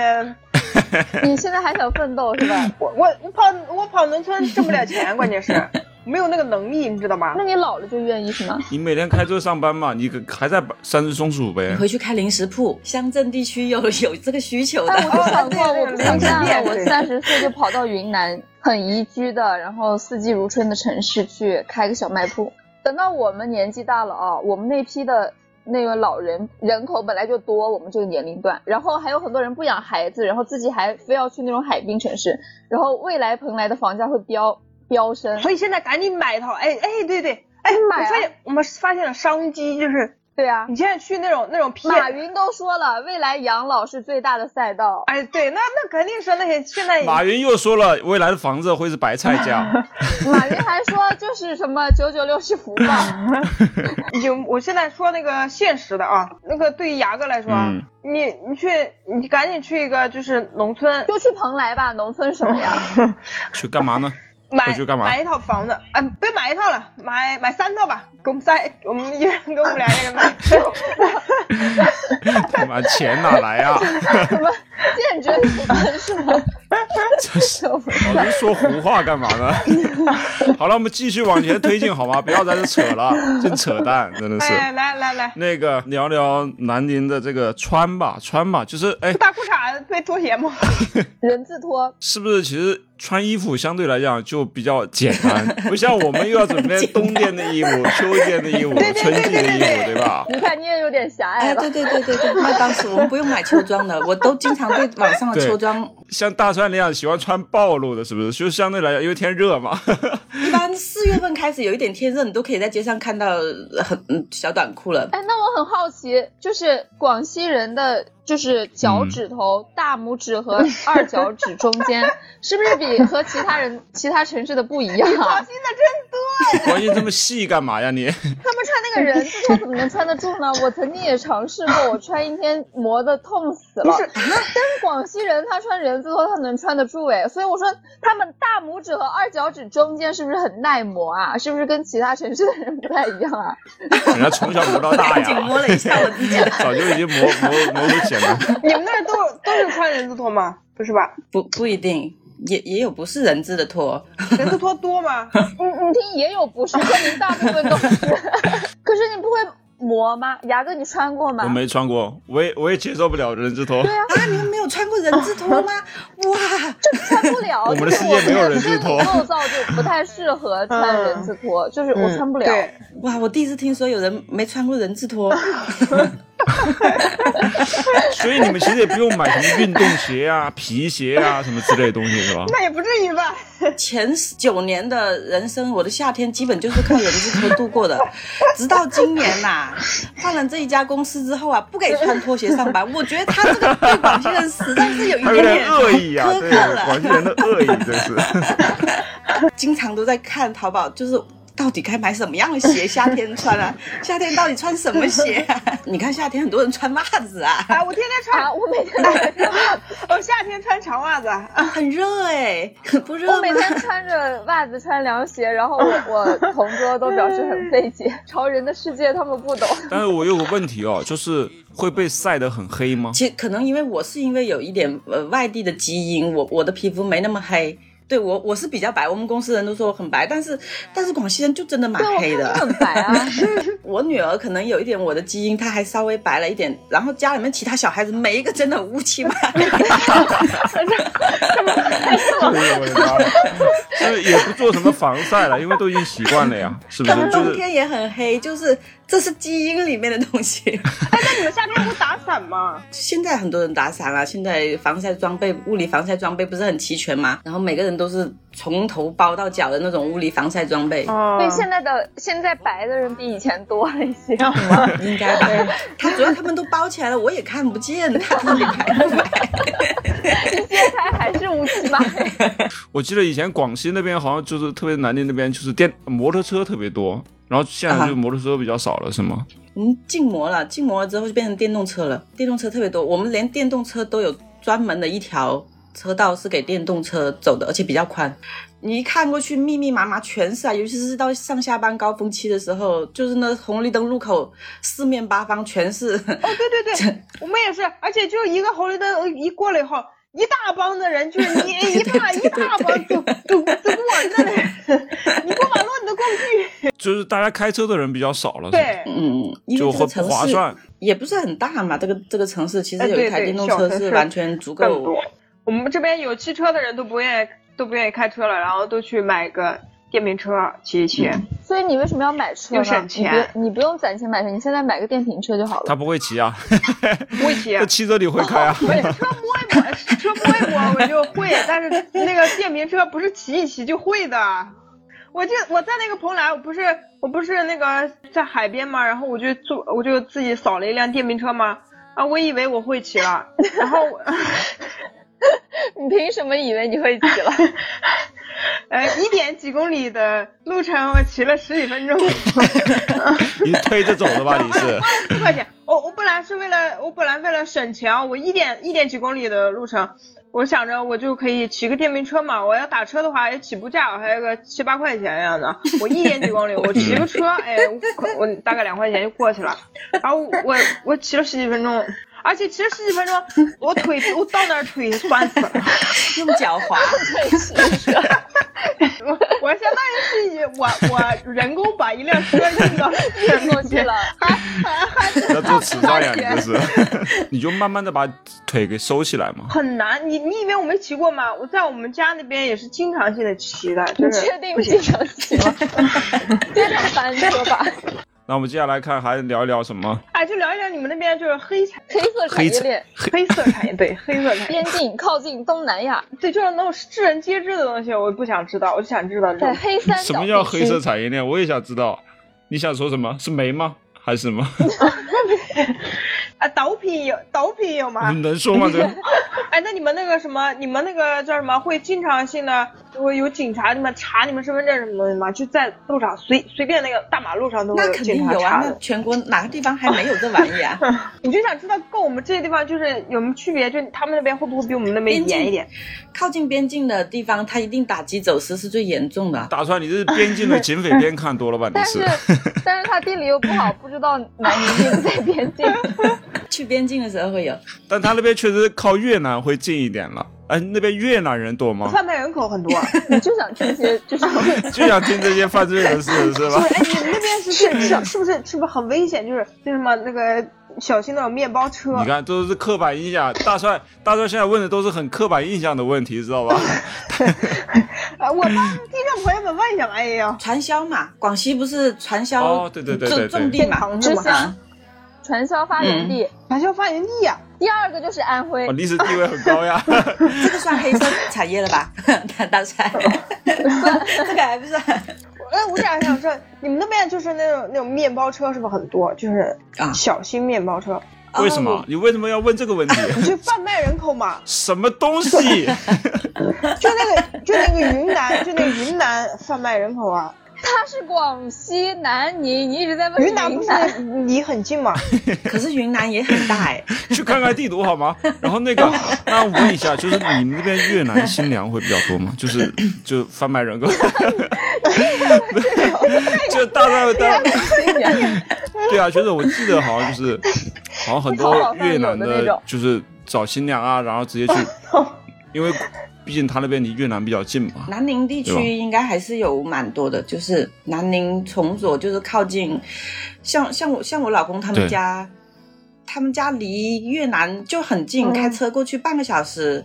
S3: 你现在还想奋斗是吧？
S4: 我我我跑我跑农村挣不了钱，关键是 没有那个能力，你知道吗？
S3: 那你老了就愿意是吗？
S2: 你每天开车上班嘛，你可还在三只松鼠呗？
S5: 回去开零食铺，乡镇地区有 有这个需求
S3: 但
S5: 的。
S3: 哎我就想过，我不想干了，我
S4: 哦对
S3: 三十岁就跑到云南很宜居的，然后四季如春的城市去开个小卖铺。等到我们年纪大了啊，我们那批的那个老人人口本来就多，我们这个年龄段，然后还有很多人不养孩子，然后自己还非要去那种海滨城市，然后未来蓬莱的房价会飙飙升。
S4: 所以现在赶紧买一套，哎哎，对对，哎，
S3: 买啊
S4: 我发现我们发现了商机，就是
S3: 对啊，
S4: 你现在去那种那种
S3: 马
S4: 偏，
S3: 云都说了，未来养老是最大的赛道。
S4: 哎，对，那那肯定是那些现在
S2: 马云又说了，未来的房子会是白菜 价。
S3: 马云还说就是什么九九六是福报。
S4: 已经，我现在说那个现实的啊，那个对于牙哥来说啊，
S2: 嗯
S4: 你你去你赶紧去一个就是 农村
S3: 就去蓬莱吧，农村什么呀？
S2: 去干嘛呢？
S4: 买
S2: 回去干嘛
S4: 买一套房子，哎，别买一套了，买买三套吧，给我们仨，我们一人哎给我们俩人买。
S2: 他妈钱哪来啊？
S3: 什么见者有份是吗？
S2: 真是，老是哦说胡话干嘛呢？ 好了，我们继续往前推进好吗？不要在这扯了，真扯淡，真的是。
S4: 哎，来来来，
S2: 那个聊聊南宁的这个川吧，川吧，就是哎，
S4: 大裤衩人配拖 鞋吗？
S3: 人字拖，
S2: 是不是？其实穿衣服相对来讲就比较简单，不像我们又要准备冬天的衣服、秋天的衣服、
S4: 对对对
S2: 春季的衣
S4: 对对
S2: 服，对吧？
S3: 你看你也有点狭隘
S5: 哎，
S3: 吧
S5: 对？对对对对，那当时我们不用买秋装的，我都经常 对网上的
S2: 对
S5: 秋装，
S2: 像大川那样喜欢穿暴露的，是不是？就相对来讲，因为天热嘛。
S5: 一般四月份开始有一点天热，你都可以在街上看到呃很嗯小短裤了。
S3: 哎，那我很好奇，就是广西人的就是脚趾头、大拇指和二脚趾中间， 是不是比和其他人、其他城市的不一样
S4: 好
S3: 啊
S4: 心？的 真多，
S2: 关系这么细干嘛呀你？
S3: 他们穿那个人字拖怎么能穿得住呢？我曾经也尝试过，我穿一天磨的痛死了。
S4: 是
S3: 但是广西人他穿人字拖他能穿得住哎，所以我说他们大拇指和二脚趾中间是不是很耐磨啊？是不是跟其他城市的人不太一样啊？
S2: 人家从小磨到大
S5: 赶紧摸
S2: 呀，
S5: 了一下我自己，
S2: 早就已经磨磨磨出茧了。
S4: 你们那儿都都是穿人字拖吗？不是吧？
S5: 不不一定，也也有不是人字的拖，啊
S4: 人字拖多吗？
S3: 你你听也有不是，说明大部分都是。 可是你不会磨吗？牙哥，你穿过吗
S2: 我？没穿过，我也我也接受不了人字拖。
S5: 啊，你们没有穿过人字拖吗？哇，
S3: 就穿不了。
S2: 我们的
S3: 就是
S2: 世界没有
S3: 我
S2: 人字拖
S3: 身体构造就不太适合穿人字拖，就是
S2: 嗯
S3: 我 穿不了。
S4: 对，
S5: 哇，我第一次听说有人没穿过人字拖，
S2: 所以你们其实也不用买什么运动鞋啊、 皮鞋啊什么之类的东西，是吧？
S4: 那也不至于吧？
S5: 前九年的人生，我的夏天基本就是靠人字拖度过的，直到今年呐、换了这一家公司之后啊，不给穿拖鞋上班，我觉得他这个对广西人实在是有一
S2: 他有
S5: 点
S2: 点
S5: 点
S2: 恶意啊，
S5: 苛
S2: 对
S5: 刻了。
S2: 广西人的恶意，真 是。
S5: 经常都在看淘宝，就是到底该买什么样的鞋，夏天穿 啊，夏天到底穿什么鞋、啊？ 你看夏天很多人穿袜子 啊，
S4: 啊，我天天穿，
S3: 啊，我每天都
S4: 我夏天穿长袜子，啊
S5: 很热 哎、不热
S3: 我
S5: 吗
S3: 每？天穿着袜子穿凉鞋，然后
S4: 嗯
S3: 我我同桌都表示很费解， 潮人的世界他们不懂。
S2: 但是我有个问题哦，就是会被晒得很黑吗？
S5: 其实可能因为我是因为有一点呃外地的基因，我我的皮肤没那么黑。对我我是比较白，我们公司人都说我很白，但是但是广西人就真的蛮
S3: 对，我看
S5: 黑
S3: 你
S5: 的。
S3: 很白 啊，
S5: 我女儿可能有一点我的基因，她还稍微白了一点，然后家里面其他小孩子每一个真的乌漆嘛黑。
S2: 哎呦 我的妈呀！就是也不做什么防晒了，因为都已经习惯了 呀，是不
S5: 他
S2: 是？
S5: 们
S2: 就
S5: 冬
S2: 是
S5: 天也很黑，就是这是基因里面的东西。
S4: 那你们夏天不打伞吗？
S5: 现在很多人打伞了，现在防晒装备、物理防晒装备不是很齐全吗？然后每个人都是从头包到脚的那种物理防晒装备，
S4: 哦
S3: 对，现在的现在白的人比以前多了一些。
S4: 哦
S5: 应该吧？他主要他们都包起来了，我也看不见他到底白不白。
S3: 现在还是乌 漆嘛黑。
S2: 我记得以前广西那边好像就是特别南宁那边就是电摩托车特别多，然后现在就
S5: 啊
S2: 摩托车比较少了，是吗？
S5: 嗯，禁摩了，禁摩了之后就变成电动车了，电动车特别多，我们连电动车都有专门的一条车道是给电动车走的，而且比较宽。你一看过去，密密麻麻全是啊，尤其是到上下班高峰期的时候，就是那红绿灯路口四面八方全是。
S4: 哦，对对对，我们也是，而且就一个红绿灯呃一过了以后，一大帮的人，就是 你一大一大帮走走走不完的人，你过马路你都过不去。
S2: 就是大家开车的人比较少了，是吧，
S4: 对，
S5: 嗯，因
S2: 就
S5: 为这
S2: 会
S5: 个
S2: 不
S5: 城
S2: 划
S5: 市
S2: 算。
S5: 也不是很大嘛，这个这个城市其实
S4: 哎
S5: 有
S4: 对
S5: 一台
S4: 对
S5: 电动
S4: 小
S5: 车
S4: 城
S5: 是
S4: 市
S5: 完全足
S4: 更
S5: 够
S4: 多。我们这边有汽车的人都不愿意都不愿意开车了，然后都去买个电瓶车啊骑一骑。
S3: 所以你为什么要买车呢？
S4: 又省钱哦
S3: 你不你不用攒钱买车，你现在买个电瓶车就好了。
S2: 他不会骑啊，
S4: 不会骑
S2: 那汽车你会开啊？
S4: 我也车摸一摸，车摸一摸我就会， 但是那个电瓶车不是骑一骑就会的。我这我在那个蓬莱，我不是我不是那个在海边嘛，然后我就坐我就自己扫了一辆电瓶车嘛，啊，我以为我会骑了，然后我
S3: 你凭什么以为你会 骑了？
S4: 呃一点几公里的路程我骑了十几分钟，
S2: 你推着走的吧？你 是？
S4: 四块钱。我我本来是为了我本来为了省钱，啊我一点一点几公里的路程，我想着我就可以骑个电瓶车嘛。我要打车的话也起步价，还有个七八块钱样的。我一点几公里，我骑个车，哎，我可我大概两块钱就过去了。然后我我我骑了十几分钟，而且骑了十几分钟，我腿我到那儿腿酸死了。
S5: 用脚滑，
S4: 我我相当于是以我我人工把一辆车运到运
S3: 过去了，
S4: 还还还
S2: 要做慈善呀，你这是， 你就慢慢的把腿给收起来嘛。
S4: 很难。你你以为我没骑过吗？我在我们家那边也是经常性的骑的，就
S3: 你
S4: 是
S3: 确定经常骑 吗？经常翻车吧？
S2: 那我们接下来看还聊一聊什么？
S4: 哎，就聊一聊你们那边就是黑产
S3: 黑色产业链
S4: 黑色产业，对黑色产业，
S3: 边境靠近东南亚，
S4: 对就是那种世人皆知的东西，我不想知道，我就想知道这
S3: 在
S4: 种。
S3: 黑三角
S2: 什么叫
S3: 地
S2: 黑
S3: 区
S2: 色产业链？我也想知道，你想说什么？是煤吗？还是什么？
S4: 啊，毒品有毒品有吗？
S2: 能说吗？这个
S4: 哎，那你们那个什么，你们那个叫什么，会经常性的，如果有警察你们查你们身份证什么东西吗？就在路上随随便那个大马路上都会
S5: 那
S4: 有
S5: 肯
S4: 警
S5: 定
S4: 察
S5: 有啊
S4: 查，
S5: 那
S4: 的。
S5: 全国哪个地方还没有这玩意啊？
S4: 你就想知道跟我们这些地方就是有什么区别，就他们那边会不会比我们那边
S5: 边境
S4: 严一点？
S5: 靠近边境的地方，它一定打击走私是最严重的。
S2: 打算你这是边境的警匪片看多了吧？你
S3: 但是但是他地理又不好，不知道南宁并不在边境。
S5: 去边境的时候会有，
S2: 但他那边确实靠越南会近一点了。哎，那边越南人多 吗？
S4: 贩卖人口很多，
S3: 你就想听些就是
S2: 就想听这些犯罪人士是吧？
S4: 哎，你们那边是是是是不是是不是很危险？就是那什么那个小心那种面包车
S2: 你，看，都是刻板印象。大帅，大帅现在问的都是很刻板印象的问题，知道吧？
S4: 啊，我帮听众朋友们问一下吧，哎呀，
S5: 传销嘛，广西不是传销
S2: 哦对对对
S5: 重
S2: 对对
S5: 重地
S4: 天
S5: 嘛？
S4: 堂是
S3: 之前
S4: 吧？
S5: 啊，
S3: 传销发源地，
S4: 传销发啊源地呀、
S3: 第二个就是安徽
S2: 哦，，历史地位很高呀。
S5: 这个算黑色产业了吧？ 大大 帅，这个还不算
S4: 哎，我想想说，你们那边就是那种那种面包车是不是很多？就是
S5: 啊
S4: 小型面包车，
S2: 为什么？你为什么要问这个问题？，
S4: 就贩卖人口嘛
S2: 什么东西？
S4: 就那个就那个云南，就那个云南贩卖人口啊。
S3: 他是广西南宁，你一直在问
S4: 云南不是离很近嘛？
S5: 可是云南也很大哎，
S2: 去看看地图好吗？然后 那个，那我问一下，就是你们那边越南新娘会比较多吗？就是就贩卖 人口，就大大大，
S3: 新年
S2: 对啊，就是我记得好像就是，好像很多越南
S3: 淘宝上有的那
S2: 的
S3: 种，
S2: 就是找新娘啊，然后直接 去，因为毕竟他那边离越南比较近嘛。
S5: 南宁地
S2: 对吧
S5: 区应该还是有蛮多的，就是南宁崇左就是靠近，像像我像我老公他
S2: 对
S5: 们家，他们家离越南就很近，
S4: 嗯
S5: 开车过去半个小时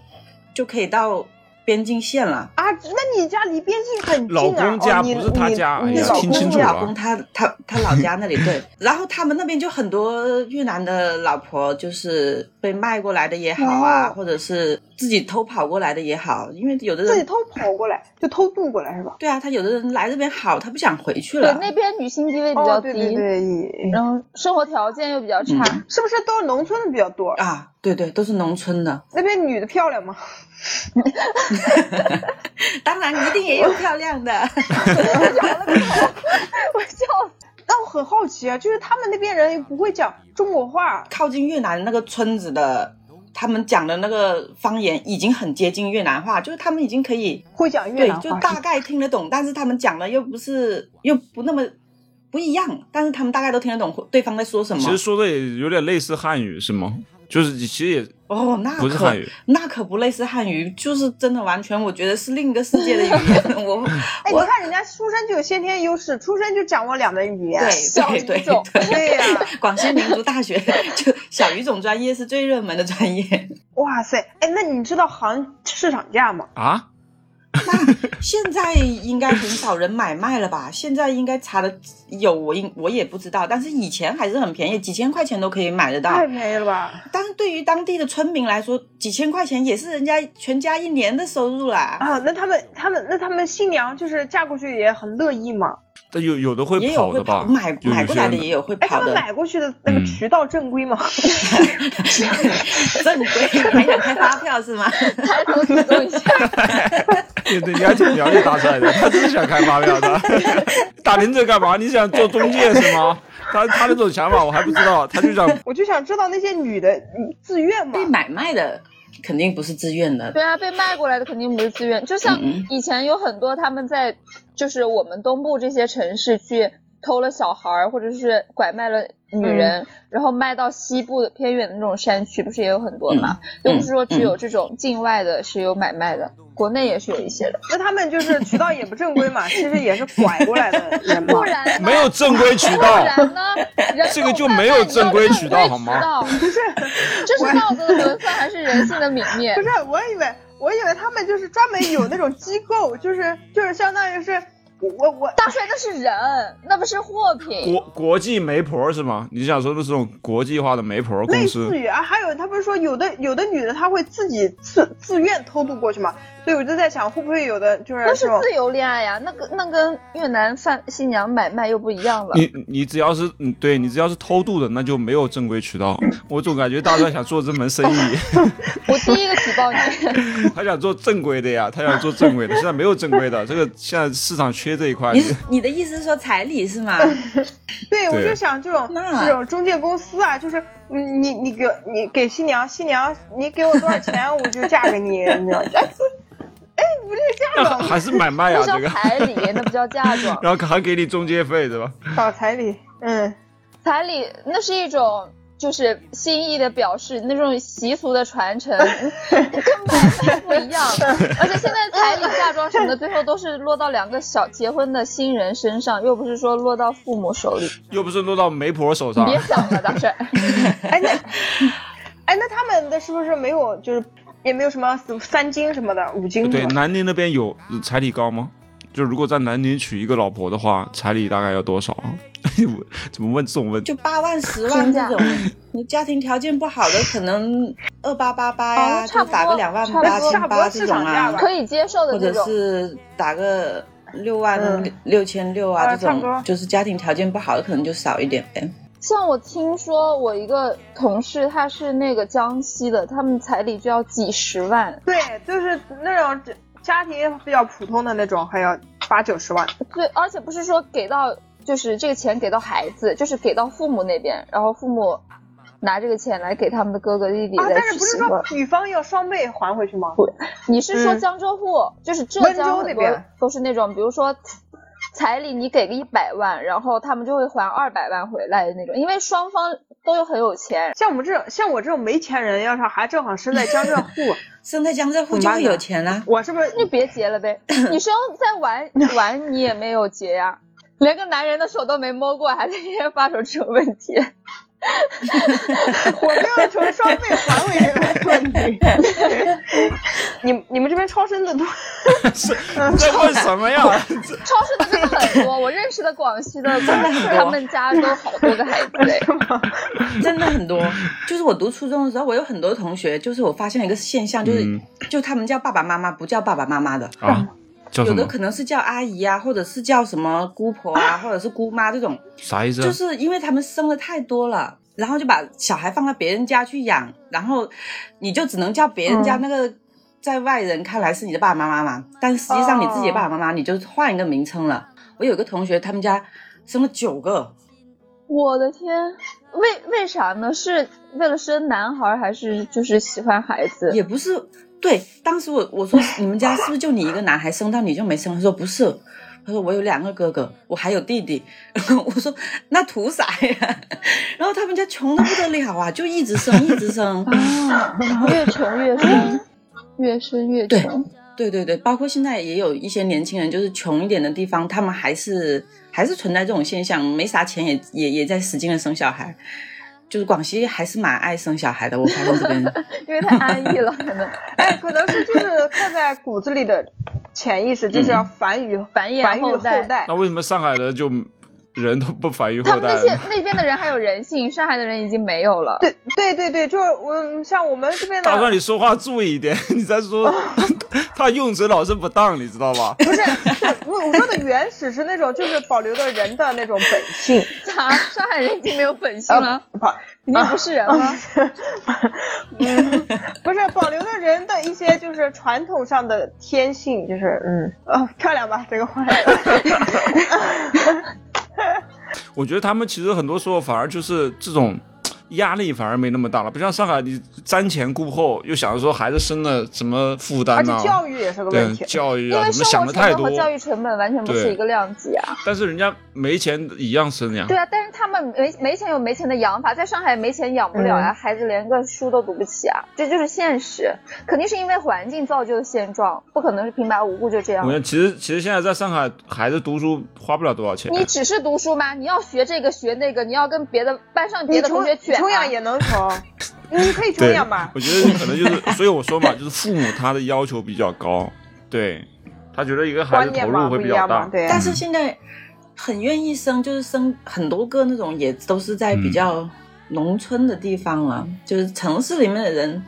S5: 就可以到边境线了。
S4: 啊，那你家离边境很近啊？
S2: 老公家
S4: 哦、你
S2: 不是他家
S4: 你
S2: 哎
S4: 你
S2: 呀
S4: 老
S2: 听清
S4: 公
S2: 楚
S5: 我
S2: 了
S5: 老公他他他老家那里对， 然后他们那边就很多越南的老婆，就是被卖过来的也好啊，
S4: 哦
S5: 或者是自己偷跑过来的也好，因为有的
S4: 自己
S5: 人
S4: 偷跑过来，就偷渡过来是吧？
S5: 对啊，他有的人来这边好，他不想回去
S3: 对
S5: 了。
S3: 那边女性地位比
S4: 哦，
S3: 较
S4: 对
S3: 低，
S4: 对对，
S5: 嗯
S4: 也
S3: 然后生活条件又比较差，
S4: 是不是都是农村的比较多？
S5: 啊，对对，都是农村的，
S4: 那边女的漂亮吗？
S5: 当然一定
S4: 哦
S5: 也有漂亮的。
S3: 我笑死。
S4: 但我很好奇啊，就是他们那边人也不会讲中国话，
S5: 靠近越南那个村子的，他们讲的那个方言已经很接近越南话，就是他们已经可以
S4: 会讲越
S5: 对
S4: 南，话
S5: 就是
S4: 吧，
S5: 大概听得懂，但是他们讲的又不是又不那么不一样，但是他们大概都听得懂对方在说什么
S2: 其。实说的也有点类似汉语是吗？就是其实也
S5: 哦，那
S2: 不是汉
S5: 可
S2: 语，
S5: 那可不类似汉语，就是真的完全，我觉得是另一个世界的语言。 我
S4: 哎，你
S5: 我
S4: 看人家出生就有先天优势，出生就掌握两门语言。
S3: 小
S5: 对对
S3: 语
S5: 对
S3: 种
S5: 对，
S4: 对呀、
S5: 广西民族大学 就小语种专业是最热门的专业。
S4: 哇塞！哎，那你知道行市场价吗？
S2: 啊，
S5: 那现在应该很少人买卖了吧？现在应该查的有，我应我也不知道，但是以前还是很便宜，几千块钱都可以买得到。
S4: 太便宜了吧！
S5: 但是对于当地的村民来说，几千块钱也是人家全家一年的收入啦。
S4: 啊，那他们他们那他们新娘就是嫁过去也很乐意嘛？
S2: 但有有的会
S5: 也有
S2: 跑
S5: 会
S2: 的吧
S5: 跑，买
S2: 就有
S5: 买过
S2: 些
S5: 来的
S2: 人
S5: 也有会
S4: 哎，他
S5: 跑
S4: 们
S5: 的，
S4: 买过去的那个
S2: 嗯
S4: 渠道正规吗？
S5: 正规还想开发票是吗？
S3: 抬头挺动一下，
S2: 你你还挺了解大帅的，他就是想开发票的。打林子干嘛？你想做中介是吗？他他那种想法我还不知道，他就想
S4: 我就想知道那些女的嗯自愿吗
S5: 被？买卖的肯定不是自愿的，
S3: 对啊，被卖过来的肯定不是自愿。就像
S5: 嗯
S3: 以前有很多他们在，就是我们东部这些城市去偷了小孩儿，或者是拐卖了女人，然后卖到西部的偏远的那种山区，不是也有很多嘛？又不是说只有这种境外的是有买卖的，国内也是有一些的。
S4: 那他们就是渠道也不正规嘛，其实也是拐过来的人嘛
S3: 不。然呢
S2: 没有正规渠
S3: 不
S2: 道，
S3: 然呢？人
S2: 这个
S3: 口
S2: 就
S3: 贩卖
S2: 没有
S3: 你要
S2: 正规渠道好吗
S3: 正规渠道？这是道德的沦丧，还是人性的泯灭
S4: 不？是，我以为我以为他们就是专门有那种机构，就是就是相当于是我我
S3: 大帅，那是人，那不是货品。
S2: 国国际媒婆是吗？你想说的是这种国际化的媒婆
S4: 类
S2: 公司
S4: 似？于啊，还有他不是说有的有的女的她会自己自自愿偷渡过去嘛，所以我就在想会不会有的就是
S3: 那
S4: 这
S3: 是
S4: 种
S3: 自由恋爱呀，那跟那跟越南贩新娘买卖又不一样了。
S2: 你你只要是嗯，对你只要是偷渡的，那就没有正规渠道。我总感觉大帅想做这门生意，
S3: 我第一个举报你。
S2: 他想做正规的呀，他想做正规的，现在没有正规的，这个现在市场缺这一块
S5: 你。你的意思是说彩礼是吗？
S4: 对，我
S2: 对
S4: 就想这种
S5: 那
S4: 这种中介公司啊，就是嗯你你给你给新娘，新娘你给我多少钱，我就嫁给你，你知道？哎，哎不是嫁
S2: 那还
S4: 妆，
S2: 还是买卖
S3: 那
S2: 啊，
S3: 叫
S2: 这个，
S3: 彩礼，那不叫嫁妆。
S2: 然后还给你中介费，对吧？
S4: 搞彩礼，嗯，
S3: 彩礼那是一种就是心意的表示，那种习俗的传承，跟买卖不一样。而且现在彩礼、嫁妆什么的，最后都是落到两个小结婚的新人身上，又不是说落到父母手里。
S2: 又不是落到媒婆手上。
S3: 别想了，大帅，
S4: 哎那哎那他们的是不是没有就是也没有什么三金什么的，五金
S2: 对
S4: 什，么的？
S2: 南宁那边有呃彩礼高吗？就如果在南宁娶一个老婆的话，彩礼大概要多少 啊？我怎么问这种问题？
S5: 就八万、十万
S3: 天
S5: 这
S3: 价
S5: 种，你家庭条件不好的可能二八八八呀，
S3: 哦差
S5: 就
S3: 不
S5: 打个
S3: 多
S5: 两万
S3: 差不
S5: 八
S3: 多
S5: 千八这种啊
S4: 差不多市场价吧，
S3: 可以接受的
S5: 或
S3: 那
S5: 者
S3: 种。
S5: 是打个六万
S4: 嗯
S5: 六千六啊
S4: 啊
S5: 这
S4: 差不多
S5: 种，就是家庭条件不好的可能就少一点呗。
S3: 像我听说我一个同事，他是那个江西的，他们彩礼就要几十万，
S4: 对，就是那种家庭比较普通的那种，还要八九十万。
S3: 对，而且不是说给到，就是这个钱给到孩子，就是给到父母那边，然后父母拿这个钱来给他们的哥哥弟弟
S4: 啊，
S3: 再
S4: 但是
S3: 娶
S4: 不是
S3: 媳妇儿。
S4: 说女方要双倍还回去吗？
S3: 你是说
S4: 嗯
S3: 江浙沪，就是浙
S4: 温
S3: 江
S4: 州那
S3: 很多
S4: 边
S3: 都是那种，比如说彩礼你给个一百万，然后他们就会还二百万回来的那种，因为双方都有很有钱。
S4: 像我们这种像我这种没钱人，要是还正好身在江浙沪，
S5: 生在江浙沪
S4: 怎么
S5: 就
S4: 办
S5: 会
S4: 呢
S5: 有钱啊，
S4: 我是不是
S3: 那就别结了 呗，你生在玩玩你也没有结呀、连个男人的手都没摸过，还在那边发愁这种问题。
S4: 我没有成双倍还回去的问题？你你们这边超 生的多，
S2: 在问什么呀？
S3: 超市的真的很多，我认识的广西的他们家都好多个孩子哎。
S5: 真的 很多。就是我读初中的时候，我有很多同学，就是我发现了一个现象，就是、
S2: 嗯
S5: 就他们叫爸爸妈妈，不叫爸爸妈妈的。
S2: 啊，叫什
S5: 有的
S2: 么？
S5: 可能是叫阿姨啊，或者是叫什么姑婆啊，或者是姑妈这种，
S2: 啥意思啊？
S5: 就是因为他们生的太多了，然后就把小孩放到别人家去养，然后你就只能叫别人家那个，在外人看来是你的爸爸妈妈嘛，但实际上你自己的爸爸妈妈，你就换一个名称了。我有一个同学，他们家生了九个，
S3: 我的天，为为啥呢？是为了生男孩，还是就是喜欢孩子？
S5: 也不是对。当时我我说你们家是不是就你一个男孩生到你就没生？他说不是。他说我有两个哥哥，我还有弟 弟。我说那图啥呀？ 然后他们家穷的不得了啊，就一直生一直生。
S3: 啊，越穷越生，越生越穷。
S5: 对对对，包括现在也有一些年轻人，就是穷一点的地方，他们还是还是存在这种现象，没啥钱也也也在使劲的生小孩。就是广西还是蛮爱生小孩的，我发现 这边
S3: 因为太安逸了，可能
S4: 哎，可能是就是刻在骨子里的潜意识，就是要繁育
S3: 繁衍
S4: 繁育
S3: 后
S4: 后
S3: 代
S2: 嗯
S4: 代
S2: 那。为什么上海人就人都不繁育
S3: 他
S2: 后
S3: 们那
S2: 代
S3: 些
S2: 了？
S3: 那边的人还有人性，上海的人已经没有了。
S4: 对对对对，就是我像我们这边的
S2: 大壮，你说话注意一点， 你在 说他用词老是不当，你知道吧？
S4: 不是，是我我说的原始是那种就是保留了人的那种本 性，呃
S3: 咋？上海人已经没有本性
S2: 啊
S3: 了？
S4: 不
S3: 已经不是人了？
S4: 啊 不是保留了人的一些就是传统上的天性，就是嗯哦漂亮吧这个 话，
S2: 我觉得他们其实很多时候反而就是这种压力反而没那么大了，不像上海，你瞻前顾后，又想着说孩子生了什么负
S4: 而
S2: 担
S4: 且
S2: 呐、
S4: 教育也是个问
S2: 对
S4: 题。
S2: 教育
S3: 因
S2: 啊，
S3: 为
S2: 什么
S3: 生
S2: 想
S3: 活
S2: 的
S3: 成
S2: 太
S3: 本和
S2: 多，
S3: 教育成本完全不是
S2: 对
S3: 一个量级啊。
S2: 但是人家没钱一样生呀。
S4: 嗯
S3: 对啊，但是他们没没钱有没钱的养法，在上海没钱养不了
S4: 嗯
S3: 呀、孩子连个书都读不起啊，这就是现实，肯定是因为环境造就现状，不可能是平白无故就
S4: 啊
S3: 这样
S2: 我。觉得其实其实现在在上海，孩子读书花不了多少钱。
S3: 你只是读书吗？你要学这个学那个，你要跟别的班上别
S4: 你
S3: 的同
S4: 穷
S3: 学卷、
S4: 穷
S3: 啊
S4: 哎养，也能穷， 你可以穷
S2: 对
S4: 养吧？
S2: 我觉得可能就是， 所以我说嘛，就是父母他的要求比较高，对他觉得一个孩
S4: 观
S2: 子投
S4: 念嘛
S2: 入
S4: 不
S2: 会比
S4: 一
S2: 较
S4: 样嘛，
S2: 大。
S4: 对。
S5: 但是现在很愿意生，就是生很多个那种，也都是在
S2: 嗯
S5: 比较农村的地方了。就是城市里面的人，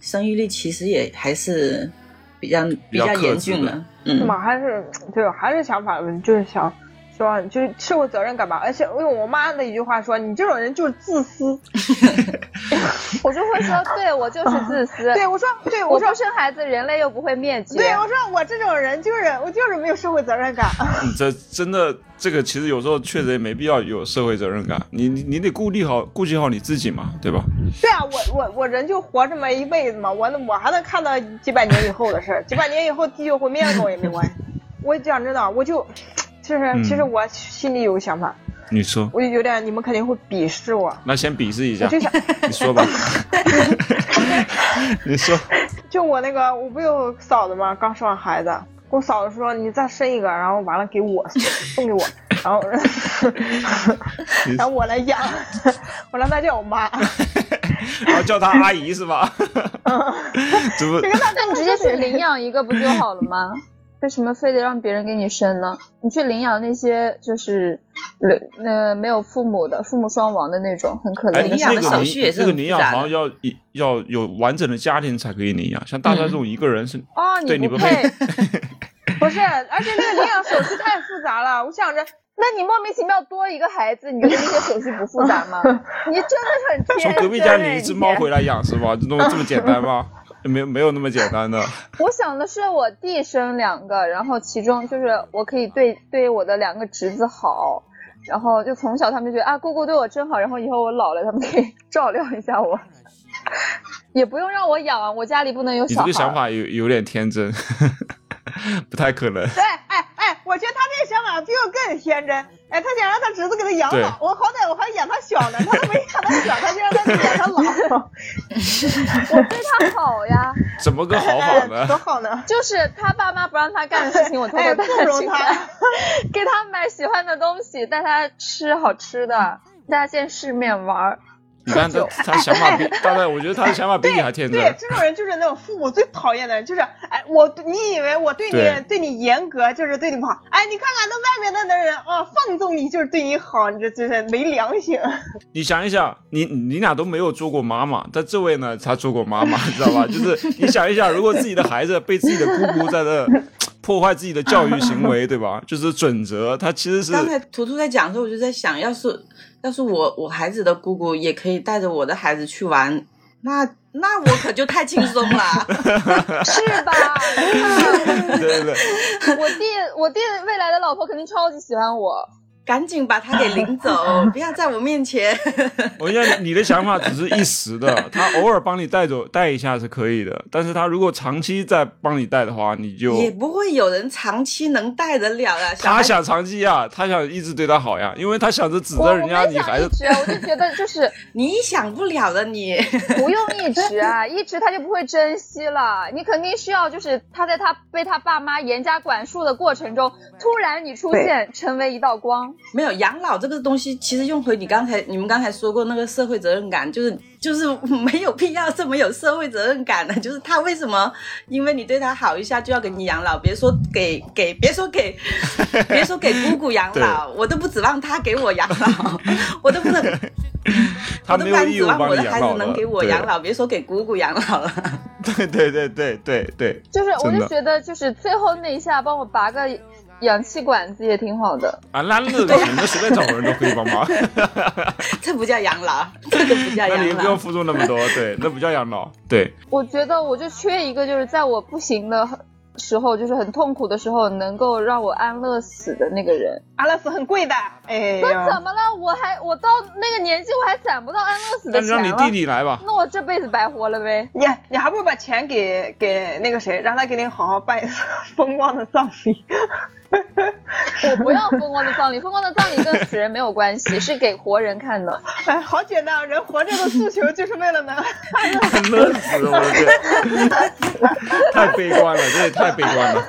S5: 生育率其实也还是比较比
S2: 较
S5: 较
S2: 克
S5: 严
S2: 制
S5: 峻
S2: 的
S5: 了。
S4: 是
S5: 嗯，
S4: 吗？还是对，还是想法问题，就是想希望就是社会责任感吧。而且用我妈的一句话说，你这种人就是自私。
S3: 我就会说，对我就是自私。
S4: 对我说，对
S3: 我
S4: 我说
S3: 不，生孩子，人类又不会灭绝。
S4: 对我说我这种人就是我就是没有社会责任感。
S2: 你这真的，这个其实有时候确实也没必要有社会责任感，你你你得顾虑好顾及好你自己嘛，对吧？
S4: 对啊，我我我人就活这么一辈子嘛，我能我还能看到几百年以后的事儿，几百年以后地球毁灭了跟我也没关系。我讲真的，我就就是
S2: 嗯
S4: 其实我心里有个想法，
S2: 你说，
S4: 我就有点你们肯定会鄙视我，
S2: 那先鄙视一
S4: 我
S2: 下
S4: 就，想。
S2: 你说吧， 你说，
S4: 就我那个，我不有嫂子吗？刚生完孩子，我嫂子说你再生一个，然后完了给我送给我，然后然后我来养，我让她叫 我妈，
S2: 然后叫他阿姨是吧？
S5: 嗯
S2: 怎么？
S3: 那你直接去领养一个不就好了 吗？为什么非得让别人给你生呢？你去领养那些就是，呃，没有父母的，父母双亡的那种，很可
S2: 哎，
S3: 怜
S5: 领
S3: 的
S5: 养
S2: 那
S5: 的
S2: 个
S5: 手
S2: 领
S5: 续也是
S2: 那个
S5: 很
S2: 领
S5: 复
S2: 养
S5: 杂的
S2: 好像要一要有完整的家庭才可以领养，像大帅这
S5: 嗯
S2: 种一个人是，
S3: 哦，
S2: 对你
S3: 不
S2: 不
S3: 配，
S4: 不是，而且那个领养手续太复杂了，我想着
S3: 那你莫名其妙多一个孩子，你觉得那些手续不复杂 吗？你真的很天
S2: 从
S3: 真。哎
S2: 隔壁家领一只猫回来养是吧？这种这么简单吗？没有没有那么简 单的，
S3: 我想的是我弟生两个，然后其中就是我可以对对我的两个侄子好，然后就从小他们就觉得啊姑姑对我真好，然后以后我老了他们可以 照料一下我， 也不用让我养啊，我家里不能有
S2: 你这
S3: 小孩。
S2: 个想法有有点天真， 不太可能。
S4: 对，哎哎，我觉得他这个想法比我更天真。哎，他想让他侄子给他养
S2: 对
S4: 老，我好歹我还养他小呢，他都没养他小，他就让他养他老，
S3: 我对他好呀，
S2: 怎么个好法
S4: 哎 多
S2: 呢？
S4: 好呢！
S3: 就是他爸妈不让他干的事情，我偷偷
S4: 哎，
S3: 带
S4: 纵
S3: 他
S4: 容
S3: 去
S4: 他
S3: 干。。给他买喜欢的东西，带他吃好吃的，带他见世面玩儿。
S2: 你看他他想法 比大概，我觉得他的想法比你还天
S4: 对
S2: 真，。
S4: 这种人就是那种父母最讨厌的人，就是哎，我你以为我对你
S2: 对
S4: 对你严格，就是对你不好，哎，你看看那外面的那人啊、放纵你就是对你好，你这真是没良心。
S2: 你想一想，你你俩都没有做过妈妈，但这位呢，他做过妈 妈，你知道吧？就是你想一想，如果自己的孩子被自己的姑姑在这破坏自己的教育行 为，对吧？就是准则，他其实是
S5: 刚才图图在讲的时候，我就在想，要是要是我我孩子的姑姑也可以带着我的孩子去玩，那那我可就太轻松了。
S3: 是吧？
S2: 对对对。
S3: 我弟，我弟未来的老婆肯定超级喜欢我。
S5: 赶紧把他给领走，不要在我面前。
S2: 我跟你讲，你的想法只是一时的，他偶尔帮你带走带一下是可以的，但是他如果长期在帮你带的话，你就
S5: 也不会有人长期能带得了啊。小
S2: 他
S5: 孩
S2: 想长期呀，他想一直对他好呀，因为他想着指
S3: 我
S2: 着
S3: 我
S2: 人
S3: 没
S2: 家你
S3: 想
S2: 孩
S3: 一
S2: 子，
S3: 直，我就觉得就是
S5: 你想不了了你，
S3: 不用一直啊，一直他就不会珍惜了。你肯定需要就是他在他被他爸妈严加管束的过程中，突然你出现，成为一道光。
S5: 没有养老这个东西，其实用回你刚才你们刚才说过那个社会责任感，就是就是没有必要这么有社会责任感的。就是他为什么因为你对他好一下就要给你养老？别说给给，别说给，别说给姑姑养老，我都不指望他给我养老， 我都不能，
S2: 他
S5: 我都
S2: 没有
S5: 不敢
S2: 义
S5: 指
S2: 务
S5: 望
S2: 帮
S5: 我
S2: 你
S5: 的
S2: 养
S5: 孩子
S2: 老的
S5: 能给我
S2: 对
S5: 养老，别说给姑姑养老了。
S2: 对对对对对对，
S3: 就是我
S2: 真
S3: 就
S2: 的
S3: 觉得就是最后那一下帮我拔个氧气管子也挺好的。
S2: 啊，那那个行，那随便找个人都可以帮 忙，
S5: 啊这不叫养老，这个不叫
S2: 那你
S5: 养
S2: 不用
S5: 老。
S2: 付
S5: 啊
S2: 出那么多，对，那不叫养老，对，
S3: 我觉得我就缺一个，就是在我不行的时候，就是很痛苦的时候，能够让我安乐死的那个人。
S4: 阿拉斯很贵的，哎
S3: 那
S4: 呀，
S3: 怎么了？我还我到那个年纪，我还攒不到安乐死
S2: 那
S3: 的钱
S2: 让
S3: 了。
S2: 你弟弟来吧。
S3: 那我这辈子白活了呗。
S4: 你你还不如把钱给给那个谁，让他给你好好办一次 风光的葬礼。
S3: 我不要风光的葬礼，风光的葬礼跟死人没有关系，是给活人看的。
S4: 哎，好简单，人活着的诉求就是为了能
S2: 乐死我的天！太悲观了，这也太悲观 了。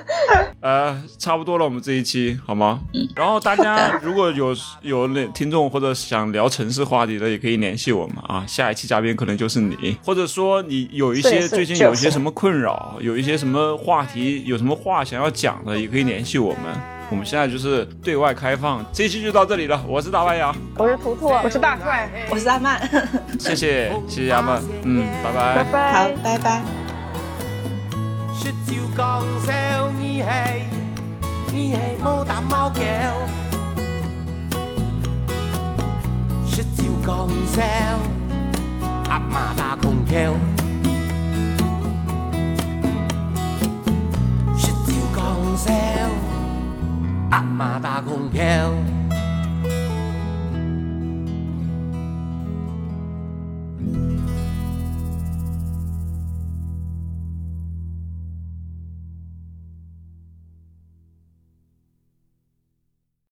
S2: 呃，差不多了，我们这一期好吗？
S4: 嗯
S2: 然后大家如果有有那听众或者想聊城市话题的，也可以联系我们啊。下一期嘉宾可能就是你，或者说你有一
S4: 是
S2: 些
S4: 是
S2: 最近
S4: 就是
S2: 有一些什么困扰，有一些什么话题，有什么话想要讲的，也可以联系我们。我们现在就是对外开放，这一期就到这里了。我是大白牙，
S3: 我是图图，
S4: 我是大帅，哎
S5: 我是阿曼，
S2: 谢谢谢谢阿曼，嗯，拜拜
S3: 拜。拜
S5: 好，拜拜。
S6: 说照降 sell 依稀，依稀冇胆猫叫。说照降 sell，阿妈打空调。说照降 sell，阿妈打空调。